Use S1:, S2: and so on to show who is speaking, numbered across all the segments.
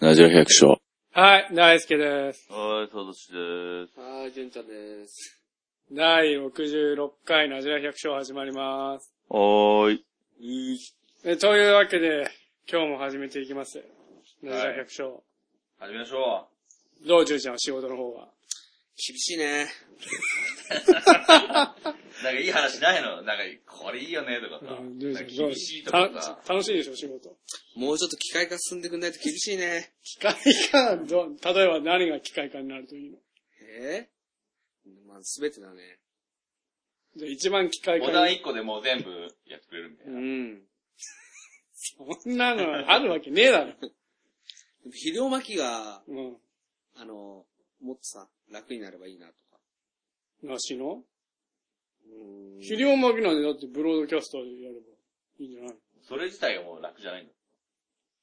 S1: ラジオ百姓。
S2: はい、大輔です。
S3: はい、サトシでーす。
S4: はい、じゅんちゃんです。
S2: 第66回のアジラ百姓始まります。
S3: はーい。
S2: えというわけで、今日も始めていきます。アジラ百姓。
S3: 始めましょ
S2: どう、じゅうちゃん、仕事の方は。
S4: 厳しいね。
S3: う。なんかいい話ないのなんか、これいいよねとかさ。
S2: うん
S3: なんか厳しいと
S2: た
S3: かさ。
S2: 楽しいでしょ、仕事。
S4: もうちょっと機械化進んでくんないと厳しいね。
S2: 機械化、ど、例えば何が機械化になるといいの
S4: えー、まあ、すべてだね。
S2: じゃあ一番機械化
S3: ボ
S2: に
S3: タン1個でもう全部やってくれるみたいな。
S4: ん。
S2: そんなのあるわけねえ だろ。
S4: 肥料巻きが、
S2: うん。
S4: あの、もっとさ、楽になればいいなとか。
S2: 梨の
S4: う
S2: 肥料巻きなんで、だってブロードキャスターでやればいいんじゃないの
S3: それ自体がもう楽じゃないの。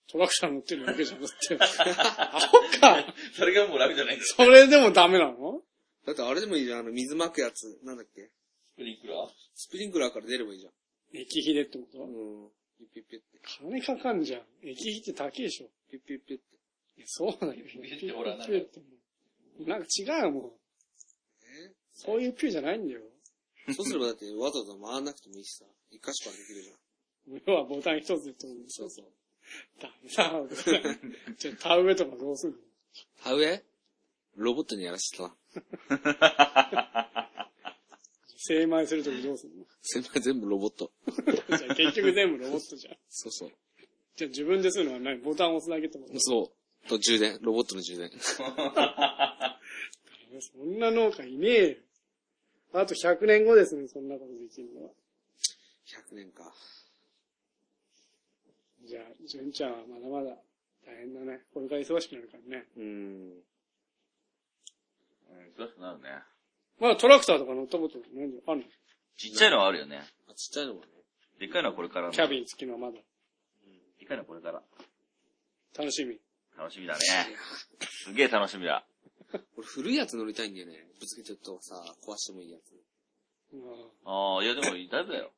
S2: トラクター乗ってるだけじゃなく て。あほか
S3: それがもう楽じゃないんだよ。
S2: それでもダメなの
S4: だってあれでもいいじゃん、あの、水巻くやつ。なんだっ
S3: ス
S4: け
S3: プリンクラー
S4: スプリンクラーから出ればいいじゃん。
S2: 液肥でってこ
S4: う
S2: と
S4: ん。ピュッピュッピュッって。
S2: 金かかんじゃん。液肥って高いでしょ。
S4: ピュッピュッピュッって。
S2: いや、そうだよ。液
S3: 肥ってほらなんか
S2: なんか違うもん。そういうピューじゃないんだよ。
S4: えそうすればだってわざわざ回らなくてもいいしさ、一箇所からできるじゃん。
S2: 要はボタン一つでってことでしょ。そう。ダメだ。じゃあ、田植えとかどうする
S4: 田植えロボットにやらせてたな。
S2: 精米するときどうする
S4: 先輩全部ロボット。
S2: のじゃあ、結局全部ロボットじゃん。
S4: そうそう。
S2: じゃあ、自分でするのは何ボタン押すだけってこと
S4: そう。と充電、ロボットの充電。
S2: そんな農家いねえよ。あと100年後ですね、そんなことできるのは。
S4: 100年か。
S2: じゃあ、純ちゃんはまだまだ大変だね。これから忙しくなるからね。
S4: うん。
S3: うん、忙しくなるね。
S2: まだトラクターとか乗ったことないんだよ。あるの
S3: ちっちゃいのはあるよね。
S4: あ、ちっちゃいのもね。
S3: でっかいのはこれから
S2: キャビン付きのはまだ。
S3: でっかいのはこれから。
S2: 楽しみ。
S3: 楽しみだね。
S4: いや
S3: すげえ楽しみだ。
S4: 俺古いやつ乗りたいんだよね。ぶつけちゃったとかさ、壊してもいいやつ。
S2: うん
S3: ああ、いやでも、だいぶだよ。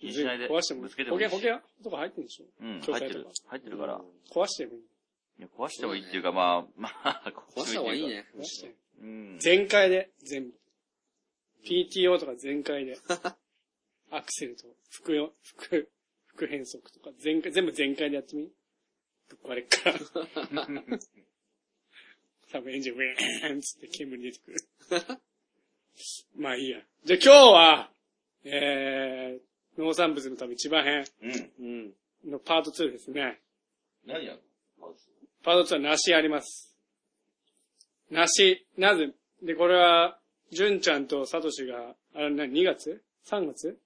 S3: 気にしないで。
S2: 壊しても
S3: ぶつけてもいいし。
S2: 保険、保険とか入ってるでしょ
S3: うん、
S2: 教会
S3: 入って
S2: と
S3: る
S2: か。
S3: 入ってるから。
S2: 壊してもいい。
S3: いや壊してもいいっていうか、まあ、まあ、
S4: 壊した 方がいい。ね。
S2: 壊してもいい。
S3: うん。
S2: 全開で、全部。PTO とか全開で。アクセルと、副よ、副、副変速とか、全開、全部全開でやってみぶっ壊れっから。多分エンジンウェーンつって煙出てくる。まあいいや。じゃあ今日は、えー、農産物の旅千葉編
S3: うん。
S4: うん。
S2: のパート2ですね。
S3: 何やる
S2: パート2は梨あります。梨、なぜで、これは、純ちゃんとサトシが、あれ何、2月 ?3 月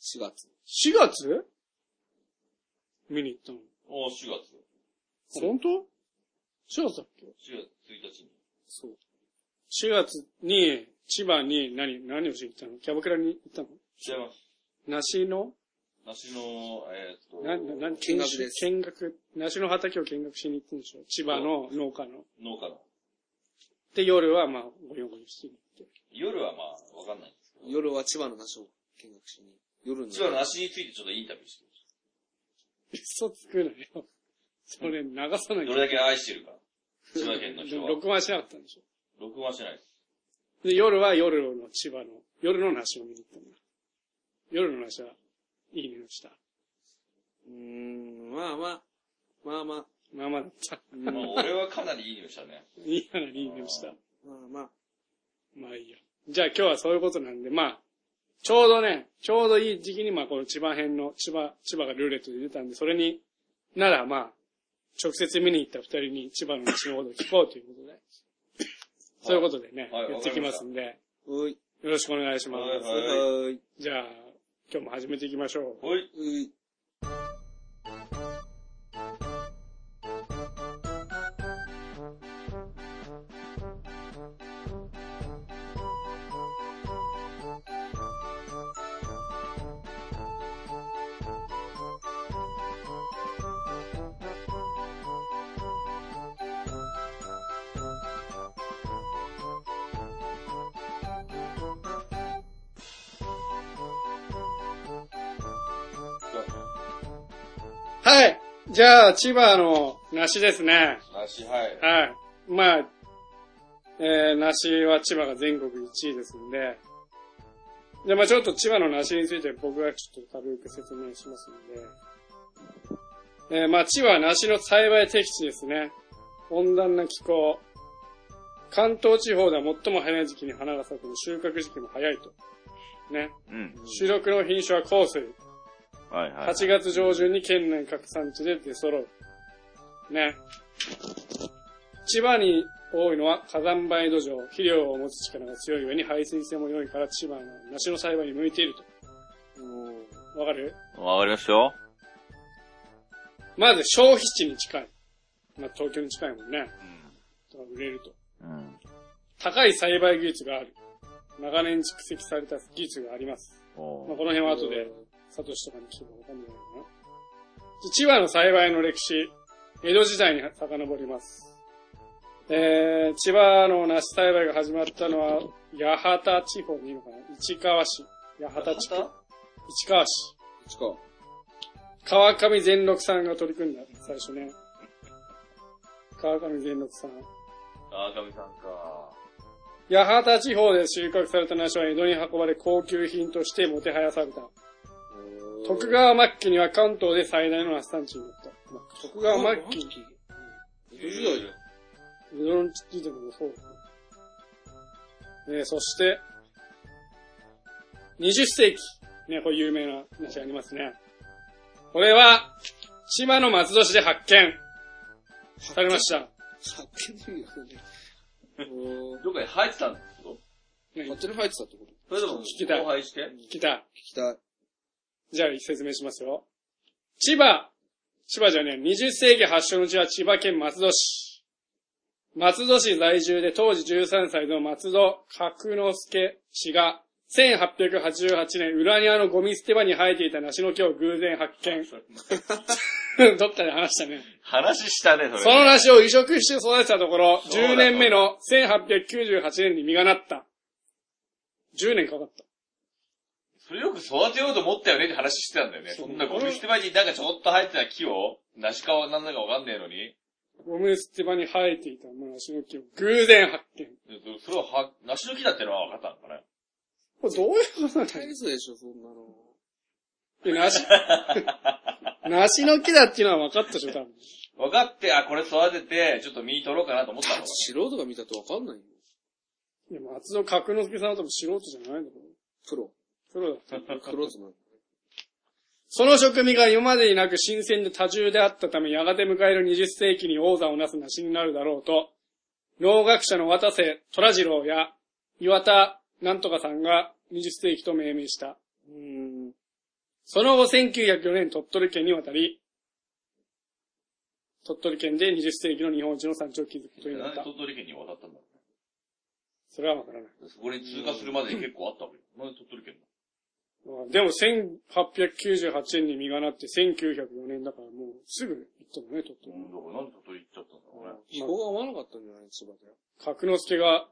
S4: 4月。
S2: ?4 月見に行ったの。
S3: おー、4月。
S2: 本当 ?4 月だっけ
S3: 4月1日に。
S4: そう。
S2: ?4 月に、千葉に何、何をしに行ったのキャバクラに行ったの
S3: 違います。
S2: 梨の
S3: 梨の、えーっと、
S2: な、な、な、
S4: 見学です
S2: 見学、梨の畑を見学しに行ってんでしょ千葉の農家の。
S3: 農家の。
S2: で、夜はまあ、ごよごよして
S3: 夜はまあ、わかんないんですけど。
S4: 夜は千葉の場所を見学しに。夜に。
S3: 千葉の梨についてちょっとインタビューしてみ
S2: 嘘つくなよ。それ流さない
S3: ましたどれだけ愛してるか。千葉県の人は。
S2: 録音はしなかったんでしょ。
S3: 録音はしてないです。
S2: で、夜は夜の千葉の、夜の梨を見に行ったんだ。夜の梨は、いいねをした。
S4: うーん、まあまあ。まあまあ。
S2: まあまあだった。
S3: まあ、俺はかなりいい匂いしたね。
S2: いいならいいねをした。
S4: まあまあ。
S2: まあいいよ。じゃあ今日はそういうことなんで、まあ、ちょうどね、ちょうどいい時期にまあこの千葉編の、千葉、千葉がルーレットで出たんで、それに、ならまあ、直接見に行った二人に千葉の西のことを聞こうという ことで。そういうことでね、
S3: はい
S2: やっていきますんで、
S4: おい。
S2: よろしくお願いします。
S3: はい
S4: お
S3: はい
S4: い。
S2: じゃあ、今日も始めていきましょう。
S3: ほい。
S4: おい。
S2: はいじゃあ、千葉の梨ですね。
S5: 梨、はい。
S2: はい。まあ、えー、梨は千葉が全国1位ですんで。じゃあまあちょっと千葉の梨について僕がちょっと軽く説明しますので。えー、まあ千葉は梨の栽培適地ですね。温暖な気候。関東地方では最も早い時期に花が咲くので収穫時期も早いと。ね。
S5: うん。
S2: 主力の品種は香水。
S5: はいはい。
S2: 8月上旬に県内各産地で出揃う。ね。千葉に多いのは火山灰土壌。肥料を持つ力が強い上に排水性も良いから千葉の梨の栽培に向いていると。わかる
S5: わかりますよ。
S2: まず消費地に近い。まあ、東京に近いもんね。売れると。
S5: うん。うん。
S2: 高い栽培技術がある。長年蓄積された技術があります。
S5: お
S2: まあ、
S5: ー
S2: この辺は後で、サトシとかに聞けばわかんないかな。で千葉の栽培の歴史、江戸時代に遡ります。えー、千葉の梨栽培が始まったのは、八幡地方にいいのかな市川市。八幡地区。市川市。
S4: ちか。
S2: 川上善六さんが取り組んだ、最初ね。川上善六さん。
S5: 川上さんか。
S2: 八幡地方で収穫された梨は江戸に運ばれ高級品としてもてはやされた。徳川末期には関東で最大の梨産地になった。まあ徳川末期、
S4: 江戸時代じゃん。
S2: 江戸の地でもそうだね。ねそして、20世紀。ね、これ有名な梨ありますね。これは、千葉の松戸市で発見されました。
S4: 発見するよね。おー
S5: どっかに入ってたんですけど
S2: ね
S4: 勝手に入ってたってこと
S5: それでも、
S2: 聞きたい
S5: 荒廃して
S2: 来た。
S4: 聞きたい。
S2: じゃあ説明しますよ。千葉。千葉じゃねえ。20世紀発祥の地は千葉県松戸市。松戸市在住で当時13歳の松戸角之助氏が、1888年、裏庭のゴミ捨て場に生えていた梨の木を偶然発見。 どっかで話したね。
S5: 話したね、それ。
S2: その梨を移植して育てたところ、
S5: そうだ
S2: 10年目の1898年に実がなった。10年かかった。
S5: それよく育てようと思ったよねって話してたんだよね。
S2: そう
S5: そんなゴミ捨て場になんかちょっと入ってた木を、梨かなんだかわかんねえのに。
S2: ゴミ捨て場に生えていた梨の木を偶然発見。
S5: それをは、梨の木だってのは分かったのかね。
S2: これどういうことな
S4: 大変そうでしょ、そんなの。
S2: の梨、梨の木だっていうのは分かったでしょ、多分。
S5: 分かって、あ、これ育てて、ちょっと実取ろうかなと思ったのか
S4: 素人が見たとわかんないよ。
S2: いや、松戸角之助さんは多分素人じゃないのかな
S4: プロ。
S2: プロだ。
S4: プロズマン。
S2: その食味が今までになく新鮮で多重であったため、やがて迎える20世紀に王座をなす梨になるだろうと、農学者の渡瀬虎次郎や岩田なんとかさんが20世紀と命名した。
S4: うん。
S2: その後1904年鳥取県に渡り、鳥取県で20世紀の日本一の産地を築くことに
S5: な。なん
S2: な
S5: で
S2: った。
S5: 鳥取県に渡ったんだろうね。
S2: それはわからない。
S5: そこに通過するまでに結構あったわけ。なんで鳥取県
S2: でも1898年に実がなって1904年だからもうすぐ行ったのね、鳥
S5: だ
S2: 取。
S5: うん、だからなんで鳥取行っちゃったんだろうね。
S4: 気候が合わなかったんじゃない千葉で。
S2: 角之助が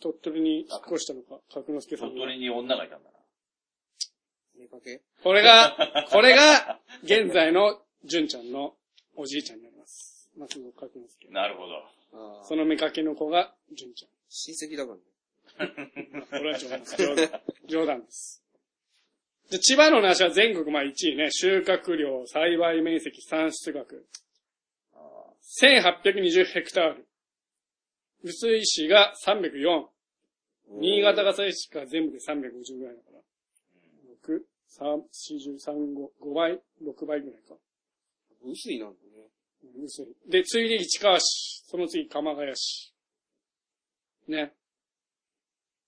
S2: 鳥取に引っ越したのか、角之助さん
S5: 鳥
S2: が。
S5: 取に女がいたんだな。
S4: 見かけ
S2: これが、これが、現在の純ちゃんのおじいちゃんになります。松野角之助。
S5: なるほど。
S4: ああ。
S2: その見かけの子が純ち
S4: 親戚だから
S2: ゃ
S4: ね。
S2: ん。これは冗談です。冗談冗談です。で千葉の梨は全国まあ1位ね。収穫量、栽培面積、産出額。
S5: あ
S2: 1820ヘクタール。薄井市が304。新潟が最市が全部で350ぐらいだから。6、3、40、3、5、5倍、6倍ぐらいか。
S4: 薄いなんだね。
S2: 薄い。で、次に市川市。その次、鎌ヶ谷市。ね。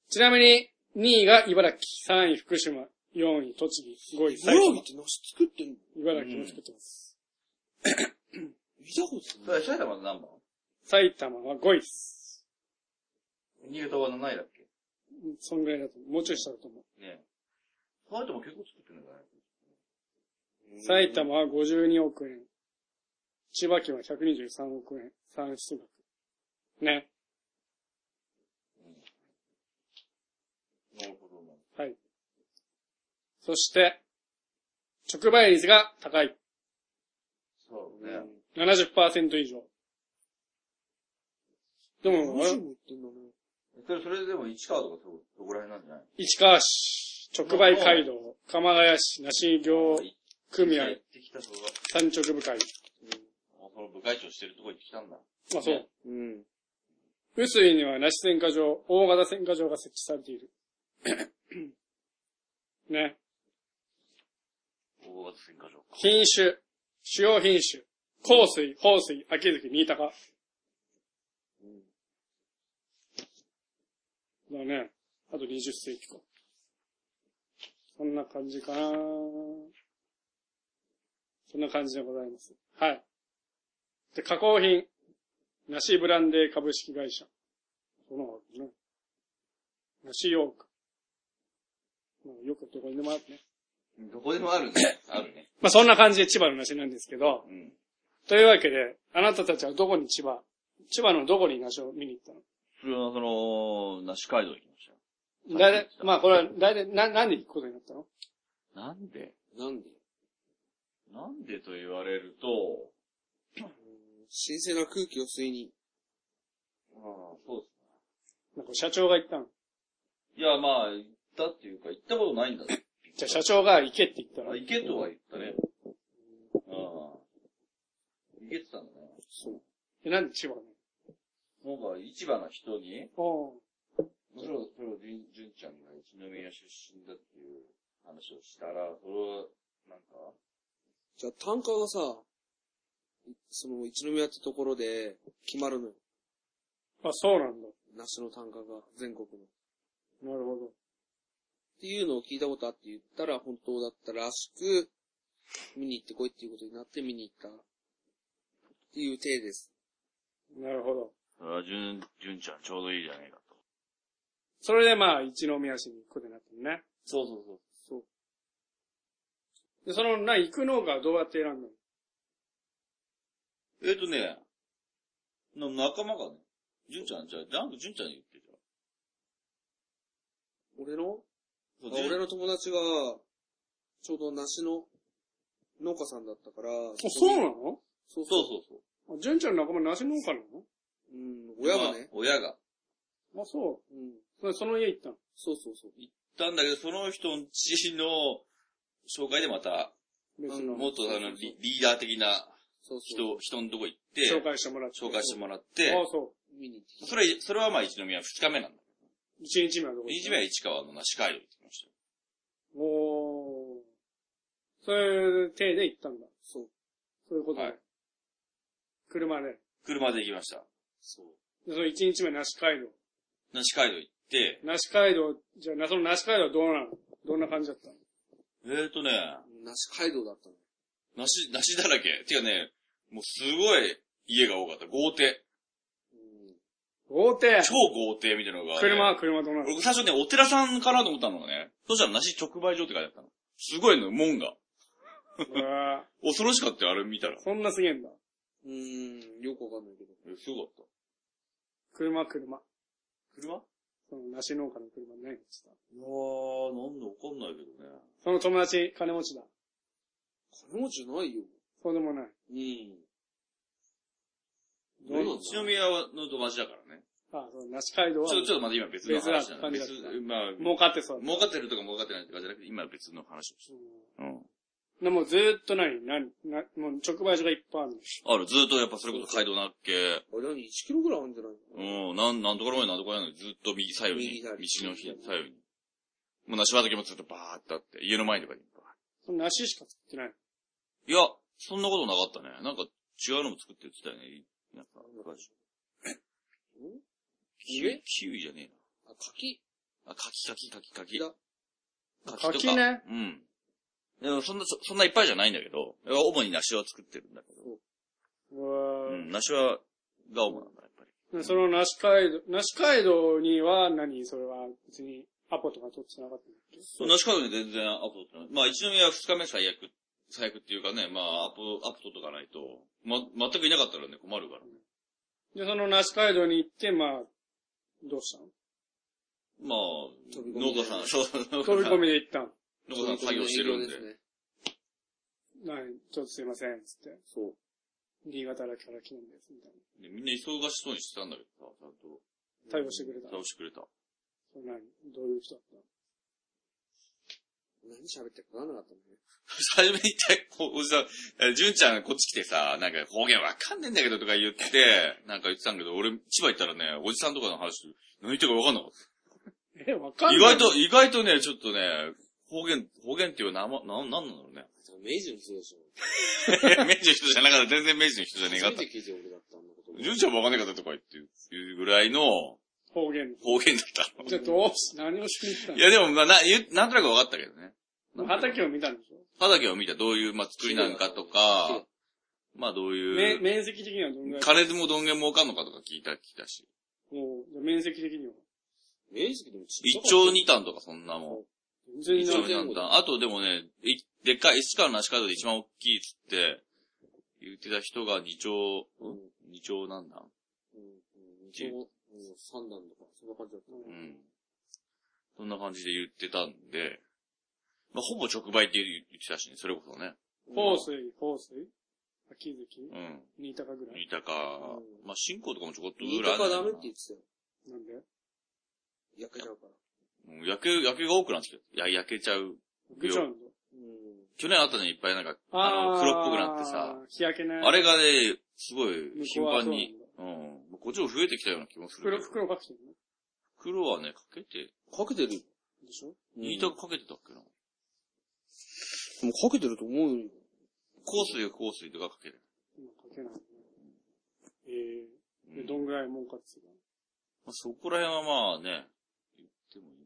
S2: ちなみに、2位が茨城、3位福島、4位栃木、5位埼
S4: 茨城
S2: 玉
S4: っ。て梨作ってんの
S2: 茨城も作ってます。
S4: 見たこと
S5: そ
S4: ない。
S5: れ、埼玉の何番
S2: 埼玉は5位です。
S5: 新潟は7位だっけ
S2: うんそんぐらいだと思う。もうちょい下だと思う。
S5: ねえ。埼玉結構作ってるんだね。
S2: 埼玉は52億円。千葉県は123億円。産出額。ね。
S5: なるほどね。
S2: はい。そして、直売率が高い。
S5: そうね。
S2: 70%以上。でも、あれ
S4: 持ってんだね。
S3: それ、それでも市川とかそ、そこら辺なんじゃない
S2: 市川市、直売街道、鎌ヶ谷市、梨業組合
S3: 行、ってきた人が、
S2: 産直部
S3: も
S2: 会。
S3: うその部会長してるとこ行ってきたんだ。
S2: まあそう
S3: ね。
S4: うん。
S2: 薄井には梨選果場、大型選果場が設置されている。 ね。
S3: 大型選果場。
S2: 品種、主要品種、香水、豊水、秋月、新高。だね。あと20世紀か。そんな感じかなそんな感じでございます。はい。で、加工品。梨ブランデー株式会社。そのあるね。梨ヨーク。まあ、よくどこにでもあるね。
S3: どこでもあるね。あるね。
S2: まあ、そんな感じで千葉の梨なんですけど。
S3: うん。
S2: というわけで、あなたたちはどこに千葉、千葉のどこに梨を見に行った
S3: それはその、梨街道行きましたよ。
S2: のだいまあこれは、だいな、なんで行くことになったの
S3: なんで
S4: なんで
S3: なんでと言われると、
S4: 神聖な空気を吸いに。
S3: ああ、そうです
S2: なんか社長が行ったの。
S3: ね。いや、まあ、行ったっていうか、行ったことないんだね。
S2: じゃあ社長が行けって言った
S3: あ、
S2: の。
S3: 行けとは言ったね。ああ。行けてたんだね。
S4: そう。
S2: え、なんで千葉なの
S3: なんか、市場の人に、
S2: お
S3: もちろん、それを、純純ちゃんが一宮出身だっていう話をしたら、それは、なんか、
S4: じゃあ単価がさ、その、一宮ってところで決まるのよ。
S2: あ、そうなんだ。
S4: 梨の単価が、全国の。っ
S2: なるほど。
S4: ていうのを聞いたことあって言ったら、本当だったらしく、見に行ってこいっていうことになって見に行った。っていう体です。
S2: なるほど。
S3: それは純、純ちゃんちょうどいいじゃねえかと。
S2: それでまあ、一宮市に行くことになったのね。
S3: そうそうそう。
S4: そう。
S2: で、その、な、行く農家はどうやって選んだの
S3: えっ、とね、な仲間がね、純ちゃん、じゃあ、ジャンプ純ちゃんに言ってじ
S4: 俺の
S3: ゃん。
S4: あ俺の友達が、ちょうど梨の農家さんだったから、
S2: あそうな
S4: の
S2: の
S4: そ
S3: そ
S4: う
S3: う
S4: そ
S3: そうそう。
S2: あ純ちゃんの仲間梨農家なの
S4: う。うん、親が
S3: ま
S4: ね。
S3: あ親が。
S2: あ、そう
S4: うん、
S2: それ。その家行ったの。
S4: そうそうそう。
S3: たんだけど、その人の父の紹介でまた、
S2: 別
S4: う
S2: の
S4: ん
S3: もっとあのリリーダー的な
S4: そうそ
S3: 人、
S4: う。
S3: 人のとこ行って、
S2: 紹介してもらって。
S3: 紹介してもらっ
S2: あ
S3: て、、
S2: そ
S4: 見に行ってき
S3: それ、それはまあ一宮二日目なんだ。
S2: う。一日目はどこ行った
S3: 一
S2: の
S3: 宮市川の梨街道行ってきましたよ。
S2: おー。そういう手で行ったんだ。
S4: そう。
S2: そういうことで。
S3: はい
S2: 車で。
S3: 車で行きました。そう。
S2: で、その一日目、梨街道。
S3: 梨街道行って、
S2: 梨街道、じゃあ、なその梨街道はどうなのどんな感じだったの
S3: えーとね、
S4: た。梨街道だったの。
S3: 梨、梨だらけ。てかね、もうすごい家が多かった。豪邸。
S4: うん。
S2: 豪邸
S3: 超豪邸みたいなのが、ね。
S2: 車は車どうなの
S3: 俺最初ね、お寺さんかなと思ったのがね。そしたら梨直売所って書いてあったの。すごいのよ、門が。
S2: うわ
S3: 恐ろしかったよ、あれ見たら。
S2: ーそんなすげえんだ。
S4: うーん、よくわかんないけど。
S3: えすごかっ
S2: 車は車。
S3: た。車い
S2: その梨農家の車何でした
S3: やー、なんだわかんないけどね。
S2: その友達、金持ちだ。
S4: 金持ちじゃないよ。
S2: そうでもない。
S4: うん。
S2: どう
S4: なんだ
S3: 一宮の友達だからね。
S2: あ、そう、梨街道は
S3: ちょ、ちょっとまだ今別の話じゃない。
S2: 別
S3: 別
S2: だ
S3: まあ、
S2: 儲かってそうだ。
S3: 儲かってるとか儲かってないとかじゃなくて、今は別の話をして
S2: う
S3: る。うん。
S2: ん。でもうずーっと何何な、もう直売所がいっぱいあるの。
S3: ある、ずーっとやっぱそれこそ街道なっけ、
S4: あれ何 ?1 キロぐらいあるんじゃない
S3: うん、なん、なんところまでなんところまでずーっと右左右に、
S4: 右
S3: 道
S4: 左
S3: の左右に。もう梨畑もずっとバーってあって、家の前とかにバーっ
S2: その梨しか作ってないの。
S3: て。いや、そんなことなかったね。なんか違うのも作ってるって言ってたよね。なんか、
S4: うん
S3: キウイキウイじゃねえ
S4: あ、柿
S3: な。あ、柿柿柿柿。
S4: だ
S3: 柿と
S2: 柿
S3: か。
S2: ね。
S3: うん。でもそんな、そそんないっぱいじゃないんだけど、主に梨は作ってるんだけど。
S2: うわ
S3: う
S2: ー
S3: ん、梨は、が主なんだ、やっぱり。
S2: でその梨街道、梨街道には何それは別にアポとか取ってなかったの
S3: そう、梨川で全然アポ取ってない。まあ、一宮は二日目最悪、最悪っていうかね、まあ、アポ、アポ取っとかないと、ま、全くいなかったらね、困るから。
S2: で、その梨街道に行って、まあ、どうしたの
S3: まあ、
S4: 飛び込
S3: 農
S4: みで
S3: 家さん、そう、農家さ
S2: 飛び込
S3: ん、
S2: みで行ったの。
S3: 農家さん作業してるんで
S4: 営。業すね
S2: はい、ちょっとすいません、つって。
S4: そう。
S2: 新潟だから来なんです、みたい
S3: でみんな忙しそうにしてたんだけどさ、ちゃんと。
S2: な。対応してくれた。
S3: 倒してくれ た。
S2: それ何どういう人だっ
S4: 何喋ってるか分からなかったんだね。
S3: 初めに言って、こう、さ、純ちゃんこっち来てさ、なんか方言わかんねえんだけどとか言って、なんか言ってたんだけど、俺、千葉行ったらね、おじさんとかの話、何言ってるかわかんなかった
S2: え、わ
S3: た。
S2: かんない。
S3: 意外と、意外とね、ちょっとね、方言、方言っていう名前、な、なんなんだろうね。
S4: 明治の人でしょ。
S3: 明治の人じゃなかった。全然明治の人じゃねえかっ
S4: 初
S3: た
S4: め。て聞いて俺だったんだこと。
S3: 純ちゃんもわかんなかったとか言って、いうぐらいの
S2: 方言。
S3: 方言だったの。
S2: じゃあどうし、何をしに行った
S3: いやでも、まあ、な、言うなんとなくわかったけどね。
S2: の畑を見たんでしょ
S3: 畑を見たどういう、まあ、作りなのかとか、まあどう
S2: め
S3: いう、
S2: 面積的にはどんぐらい
S3: 金でもどんげん儲かんのかとか聞いた、聞いたし。
S2: もう、面積的には。
S4: 明治でもちっち
S3: 一
S4: ゃかった
S3: 丁二単とかそんなもん。
S2: 全
S3: 一
S2: 然
S3: 丁
S2: なんか、
S3: 二単。あとでもね、いでっかい、石川の足角で一番大きいっつって、言ってた人が二丁、ん二丁なんだ
S4: うん、うん、一応、うん、三段とか、そんな感じだった。
S3: うん。そんな感じで言ってたんで、まあほぼ直売って言ってたしね、それこそね。
S2: 放水、放水秋月
S3: うん。
S2: 新高ぐらい
S3: 三鷹、
S4: ん
S3: まあ新興とかもちょこっと
S4: いい
S3: ぐ
S4: と
S3: らいある
S4: か
S3: んじゃ
S4: ダ
S3: ないかな。
S4: メって言ってたよ。
S2: なんで
S4: 焼けちゃうか
S3: う
S4: ら。
S3: ん野球、野球が多くなってきた。いや、焼けちゃう。
S2: グチョン
S4: うん。
S3: 去年あったね、いっぱいなんか、
S2: の。
S3: あの、黒っぽくなってさ。。
S2: 日焼けない。
S3: あれがね、すごい頻
S2: 向こうは
S3: 繁
S2: そう
S3: に、うん。こっちも増えてきたような気もするけ
S2: 黒、
S3: ど。
S2: 黒かくてるの
S3: 黒はね、かけて、
S4: かけてる。
S2: でしょ
S3: 新高かけてたっけな。
S4: もうかけてると思うよ。
S3: 香水、香水とかかけてる。
S2: 今かけないね。え
S3: う
S2: えで、
S3: ん
S2: どんぐらい儲かってた
S3: ま
S2: の
S3: あそこら辺はまあね、言ってもいい。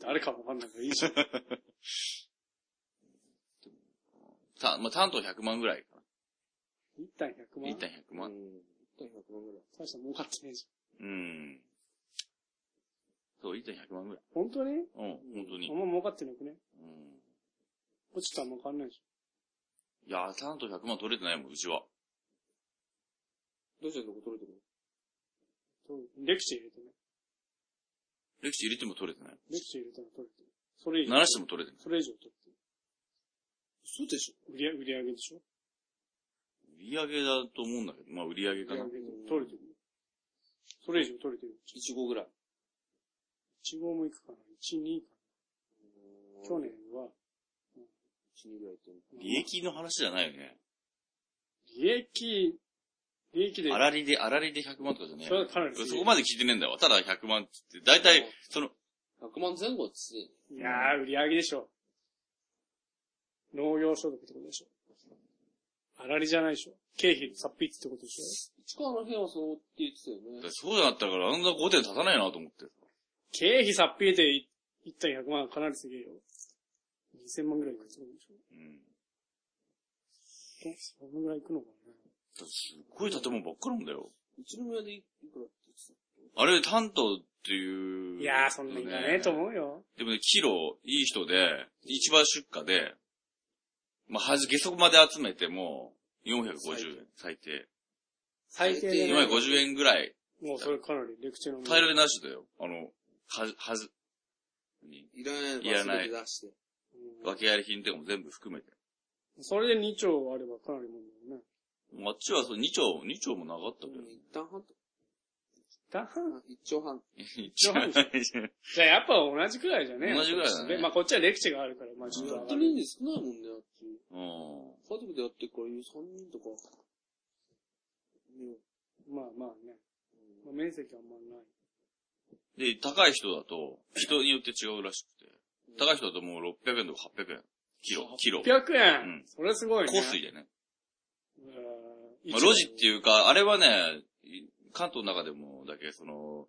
S2: 誰かもわかんないからい いじゃん。
S3: た、まあ、担当100万ぐらいか
S2: 一旦100
S3: な。
S2: 万
S3: 一。旦100
S4: うん。
S3: 万。
S4: 100万ぐらい。
S2: 大した儲かってねえじ
S3: うん。そう、一旦100万ぐらい。
S2: ゃん。本当に
S3: うん、本当に
S2: あん。ま儲かってなくね
S3: うん。
S2: 落ちたらもう変わんないでし
S3: いや、担当100万取れてないもん、うちは。
S4: どうしてんの取れてる
S2: ょ。そうレクチャー入れてね。
S3: 歴史入れても取れてない。
S2: レクチャー入れたら取れてる。それ以上
S3: 鳴。らしても取れてない。
S2: それ以上取ってる。
S4: そうでしょ。
S2: 売り上売り上げでしょ
S3: 売り上げだと思うんだけど、まあ売り上げかな
S2: 売。り上げで取れてる。それ以上取れてる。
S4: いちごぐらい。
S2: 1号もいくかな ?1、2かな。去年は、
S4: 1、2ぐらいって。
S3: 利益の話じゃないよね。
S2: 利益、利益で、
S3: あらりで、あらりで100万とかじゃねえ
S2: それはかなり強い
S3: そこまで聞いてねえんだわ。ただ100万っつって、だいたい、その、
S4: 100万前後っつって。
S2: いやー、売り上げでしょ。農業所得ってことでしょ。あらりじゃないでしょ。経費、さっぴってことでし
S4: 市川の辺はそうって言ってたよね。
S3: そうだったから、あんな5点立たないなと思って。
S2: ょ。経費さっぴでい一旦100万はかなりすげえよ。2000万ぐらいいくってことでしょ。
S3: うん。
S2: どそのぐらいいくのか
S3: すっごい建物ばっかなんだよ。
S4: 一宮でいくらって言ってた
S3: あれ、担当っていう、
S2: な。いやー、そんなんいらねえと思うよ。
S3: でもね、キロ、いい人で、一番出荷で、まあ、はじ、下足まで集めても、450円、最低。
S2: 最低で、
S4: 最低
S2: ね。
S3: 450円ぐらい、
S2: もうそれかなりレクチャーの。
S3: 平られなしだよ。あの、はず、はず、何
S4: いらない
S3: いらない
S4: 忘れて出して。
S2: うん
S3: 訳あり品とかも全部含めて。
S2: それで2兆あればかなりもんだよね。
S3: もうあっちはそう、2丁、2丁もなかったけど
S4: うん一旦半と、
S2: だ
S4: あ一丁半。
S3: 一丁半で
S2: じゃあやっぱ同じくらいじゃね
S3: 同じくらいだね
S2: まあこっちはレクチェがあるから、まあちょっと
S4: や
S2: 上
S4: っ
S2: が
S4: て
S2: る
S4: るんで少ないもんね、あっち。
S3: うん。
S4: 家族でやってるから、三人とか。ね
S2: まあまあね。まあ、面積はあんまりない。
S3: で、高い人だと、人によって違うらしくて。高い人だともう600円とか800円。キロ、キロ。
S2: 600円、
S3: うん
S2: それすごいね。
S3: 香水でね。
S2: うーん。
S3: まあ、路地っていうか、あれはね、い関東の中でもだけ、その、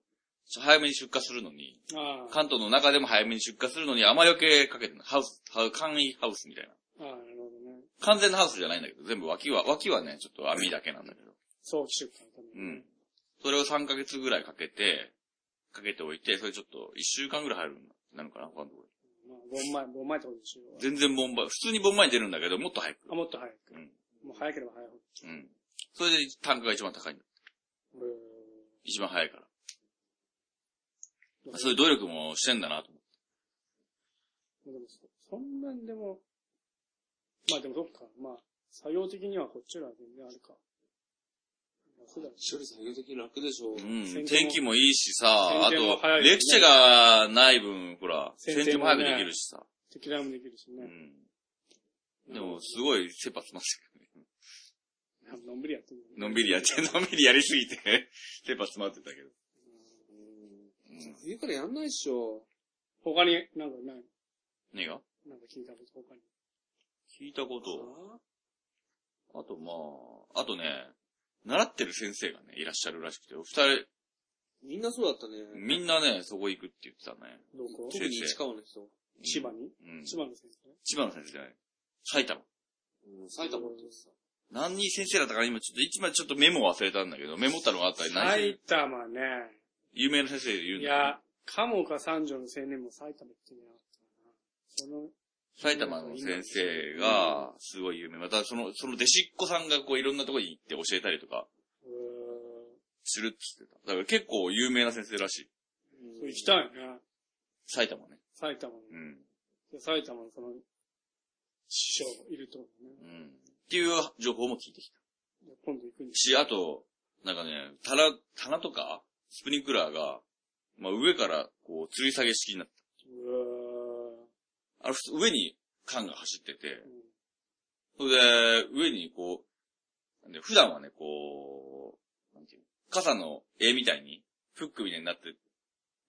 S3: 早めに出荷するのに、
S2: ああ。
S3: 関東の中でも早めに出荷するのに、雨よけかけてるのハウス、ハウ簡易ハウスみたいな。
S2: ああ、なるほどね。
S3: 完全なハウスじゃないんだけど、全部脇は、脇はね、ちょっと網だけなんだけど。
S2: 早期出荷のた
S3: う
S2: めにね
S3: ん。。それを3ヶ月ぐらいかけて、かけておいて、それちょっと1週間ぐらい入るんだなのかな、他のところに
S2: まあ、盆前、盆前ってことでしょ。
S3: 全然ボンバイ、普通にボンバイに出るんだけど、もっと早く。
S2: あ、もっと早く。
S3: うん
S2: もう早ければ早いほ
S3: うん。それで単価が一番高いんだ。
S2: ど。う
S3: 一番早いから。
S2: ーん
S3: そういう努力もしてんだなと思って。
S2: でもそそんなんでも、まあでもそっか、まあ、作業的にはこっちらは全然あれか。楽だ
S4: 処理作業的に楽でしょう。
S3: うん。
S2: 先手も
S3: 天気もいいしさ、あ
S2: 先手も
S3: と、
S2: 早いよね
S3: レクチャーがない分、ほら、
S2: 先手もね
S3: 先手も早くできるしさ。
S2: 適当もできるし
S3: う
S2: ね。
S3: ん。でも、すごい、切羽詰まってる。
S2: のんびりやってる、
S3: のんびりやって、のんびりやりすぎて、 切羽詰まってたけど。
S4: うん冬からやんないっしょ。
S2: 他に、なんかない
S3: 何が
S2: なんか聞いたこと、他に。
S3: 聞いたこ
S4: あ
S3: と。あと、まあ、あとね、習ってる先生がね、いらっしゃるらしくて、お二
S4: みんなそうだったね。
S3: 人、みんなね、そこ行くって言ってたね。
S2: どこ
S4: 特に市川の人。
S3: うん
S2: 千葉に
S3: うん。
S2: 千葉の先生
S3: 千葉の先生じゃない。埼玉。
S4: 埼玉の人
S3: 何人先生だったかな今ちょっと、今ちょっとメモ忘れたんだけど、メモったのがあったりない、
S2: 埼玉ね。
S3: 有名な先生で言うん
S2: い
S3: だよね
S2: や、鴨か三条の青年も埼玉行ってみなかったな。その、
S3: 埼玉の先生が、すごい有名。また、その、その弟子っ子さんが、こう、いろんなとこに行って教えたりとか、
S2: うー
S3: するっつってた。だから結構有名な先生らしい。
S2: ん、そう行きたいね。
S3: 埼玉ね。
S2: 埼玉の。
S3: うん。
S2: で埼玉のその、師匠いると思うね。
S3: うん。っていう情報も聞いてきた。
S2: で今度行くんで
S3: し、あと、なんかね、棚、棚とか、スプリンクラーが、まあ、上から、こう、吊り下げ式になって、
S2: うーん。
S3: あの、普通上に缶が走ってて、
S2: うん
S3: それで、上にこう、なんで普段はね、こう、なんていうの傘の絵みたいに、フックみたいになって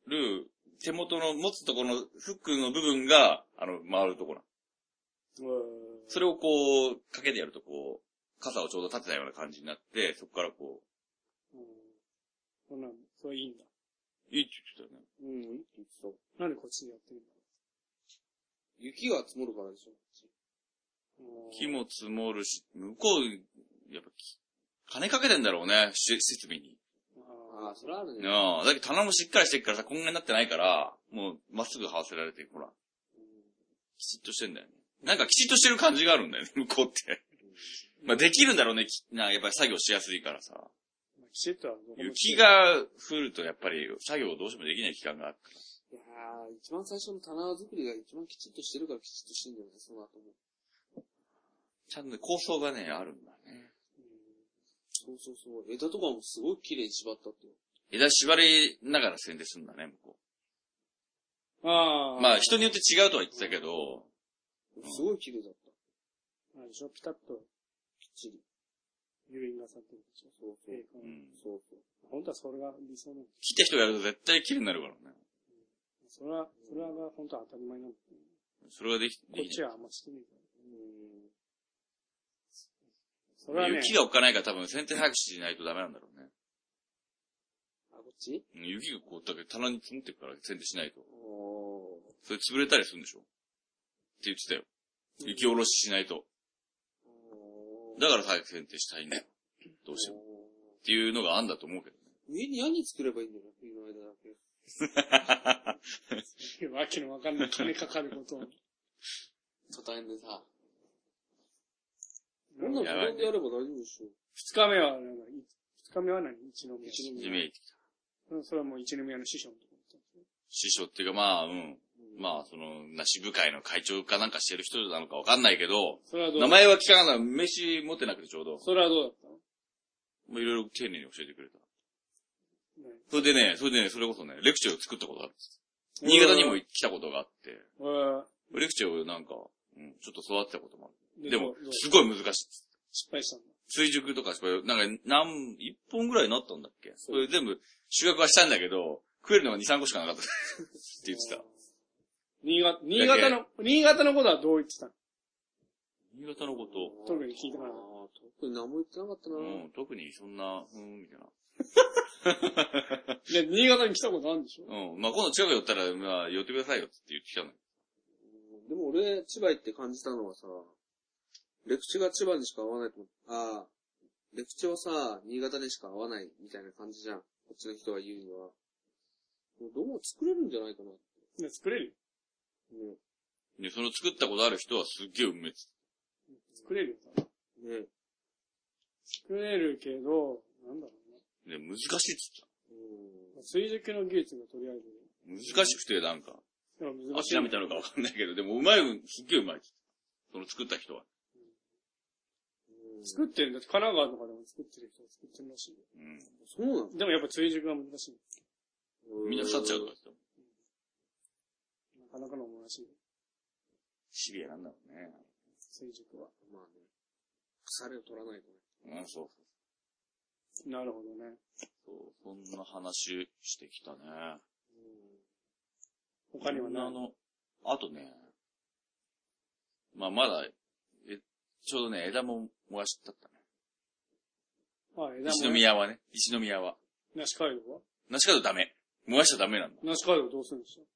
S3: る、手元の持つところのフックの部分が、あの、回るところ。
S2: うーん
S3: それをこう、かけてやるとこう、傘をちょうど立てたような感じになって、そこからこう、
S2: うんそんなん、それいいんだ。
S3: いいって言ってたよね。
S4: うん、いいって言ってた。
S2: なんでこっちでやってるんだ
S4: 雪が積もるからでしょ。
S2: ろう
S3: 木も積もるし、向こう、やっぱ木、金かけてんだろうね、し設備に。
S4: あ
S2: あ
S4: あ、それはあるね。
S3: なあ、だけど棚もしっかりしてるからさ、こんがになってないから、もうまっすぐ這わせられて、ほら、きちっとしてんだよね。なんかきちっとしてる感じがあるんだよね、 向こうって。まあできるんだろうね、きなやっぱり作業しやすいからさ。
S2: ーまあきちっとはどこも
S3: 雪。が降るとやっぱり作業どうしてもできない期間があるから。
S4: いやー、一番最初の棚作りが一番きちっとしてるからきちっとしてんじゃないその後も。
S3: ちゃんとね、構想がね、あるんだね。
S4: そうそうそう。枝とかもすごい綺麗に縛ったってよ。
S3: 枝縛りながら剪定するんだね、向こ
S2: あ
S3: う。
S2: あ。
S3: まあ人によって違うとは言ってたけど、
S4: すごい綺麗だった。
S2: あれでしょ、ピタッと
S4: きっちり。
S2: 誘引がさってるでしょ。
S4: そうそう。
S2: ええ
S3: うん
S4: そうそう。
S2: 本当はそれが理想なの。
S3: 切った人がやると絶対綺麗になるからね。
S2: それは、それは本当は当たり前なんだけど
S3: それができ、で
S2: こっ
S3: き
S2: ち
S3: ない。
S2: はあんましてないから。
S4: うん。
S2: それはね、
S3: 雪が置かないから多分剪定早くしないとダメなんだろうね。
S4: あ、こっち
S3: うん雪がこう、だけど棚に積もってるから剪定しないと。
S4: おー。
S3: それ潰れたりするんでしょって言ってたよ。雪下ろししないと。
S4: おー
S3: だから早く剪定したいんだよ。どうしても。
S4: お
S3: っていうのがあんだと思うけどね。
S4: ー上に屋根作ればいいんだよ、冬の間だけ。
S2: わけのわかんない金かかる ことを。
S4: 畳んでさ。こ
S2: うんん
S4: な
S2: 二
S4: の畳んでやれば大丈夫でしょ。
S2: 日目は、なんか、い二日目は何一宮。
S4: 一
S3: 地面きた。
S2: うんそれはもう一宮の師匠のところ。
S3: 師匠っていうかまあ、うん。まあ、その、なし部会の会長かなんかしてる人なのかわかんないけど、
S2: それはどう
S3: 名前は聞かなかった。飯持ってなくてちょうど。
S2: それはどうだったの
S3: もういろいろ丁寧に教えてくれた。
S2: ね
S3: それでね、それでね、それこそね、レクチャーを作ったことがあるんです。新潟にも来たことがあって、
S2: う
S3: レクチャーをなんか、うん、ちょっと育てたこともあ
S2: ん
S3: る。でも
S2: どうど、う
S3: すごい難しいっつって。
S2: 失敗したんだ。
S3: 追熟とかしか、なんか何、一本ぐらいになったんだっけそれ全部収穫はしたんだけど、食えるのが2、3個しかなかった。って言ってた。
S2: 新潟、新潟の、新潟のことはどう言ってたの
S3: 新潟のこと、
S2: 特に聞いてなかった
S4: あー特に何も言ってなかったな。
S3: うん、特にそんな、ふーん、みたいな。
S2: で、新潟に来たことあるんでしょ
S3: うん、まあ今度近く寄ったら、まあ寄ってくださいよって言ってきたのよ。
S4: でも俺、千葉行って感じたのはさ、レクチが千葉にしか合わないと思う。ああ、レクチはさ、新潟にしか合わないみたいな感じじゃん。こっちの人が言うには。もうどうも作れるんじゃないかな。
S2: で、作れるよ
S4: ね。
S3: で、その作ったことある人はすっげえうめえっつっ
S2: 作れるよ。多分
S4: ね。
S2: 作れるけど、なんだろ
S3: てで、難しいっつっ
S4: う
S2: うね。水熟の技術がとりあえず、
S3: てた。難しくて、なんか、
S2: でも難しい。
S3: 諦めたのかわかんないけど、でもうまい、すっげえうまいっつってた。その作った人は。
S4: ん。
S2: 作ってるんだって、神奈川とかでも作ってる人は作ってるらしいよ。
S3: うん。
S4: そうなの
S2: でもやっぱ追熟が難しい。
S3: みんな腐っちゃうとか言ってたもん
S2: なかなかのものらしいよ。
S3: シビアなんだろうね。
S2: 追熟は。
S4: まあね。腐れを取らないとね。
S3: うん、そう
S2: なるほどね。
S3: そう。そう、そんな話してきたね。
S2: 他には
S3: な
S2: な
S3: あ
S2: い。
S3: の、あとね、まあまだ、え、ちょうどね、枝も燃やしたったね。
S2: あ、枝
S3: 西
S2: も、ね。
S3: 宮はね、西宮は。
S2: 梨街道は
S3: 梨からダメ。燃やしちゃダメなんだ。
S2: 梨街道どうするんでしょう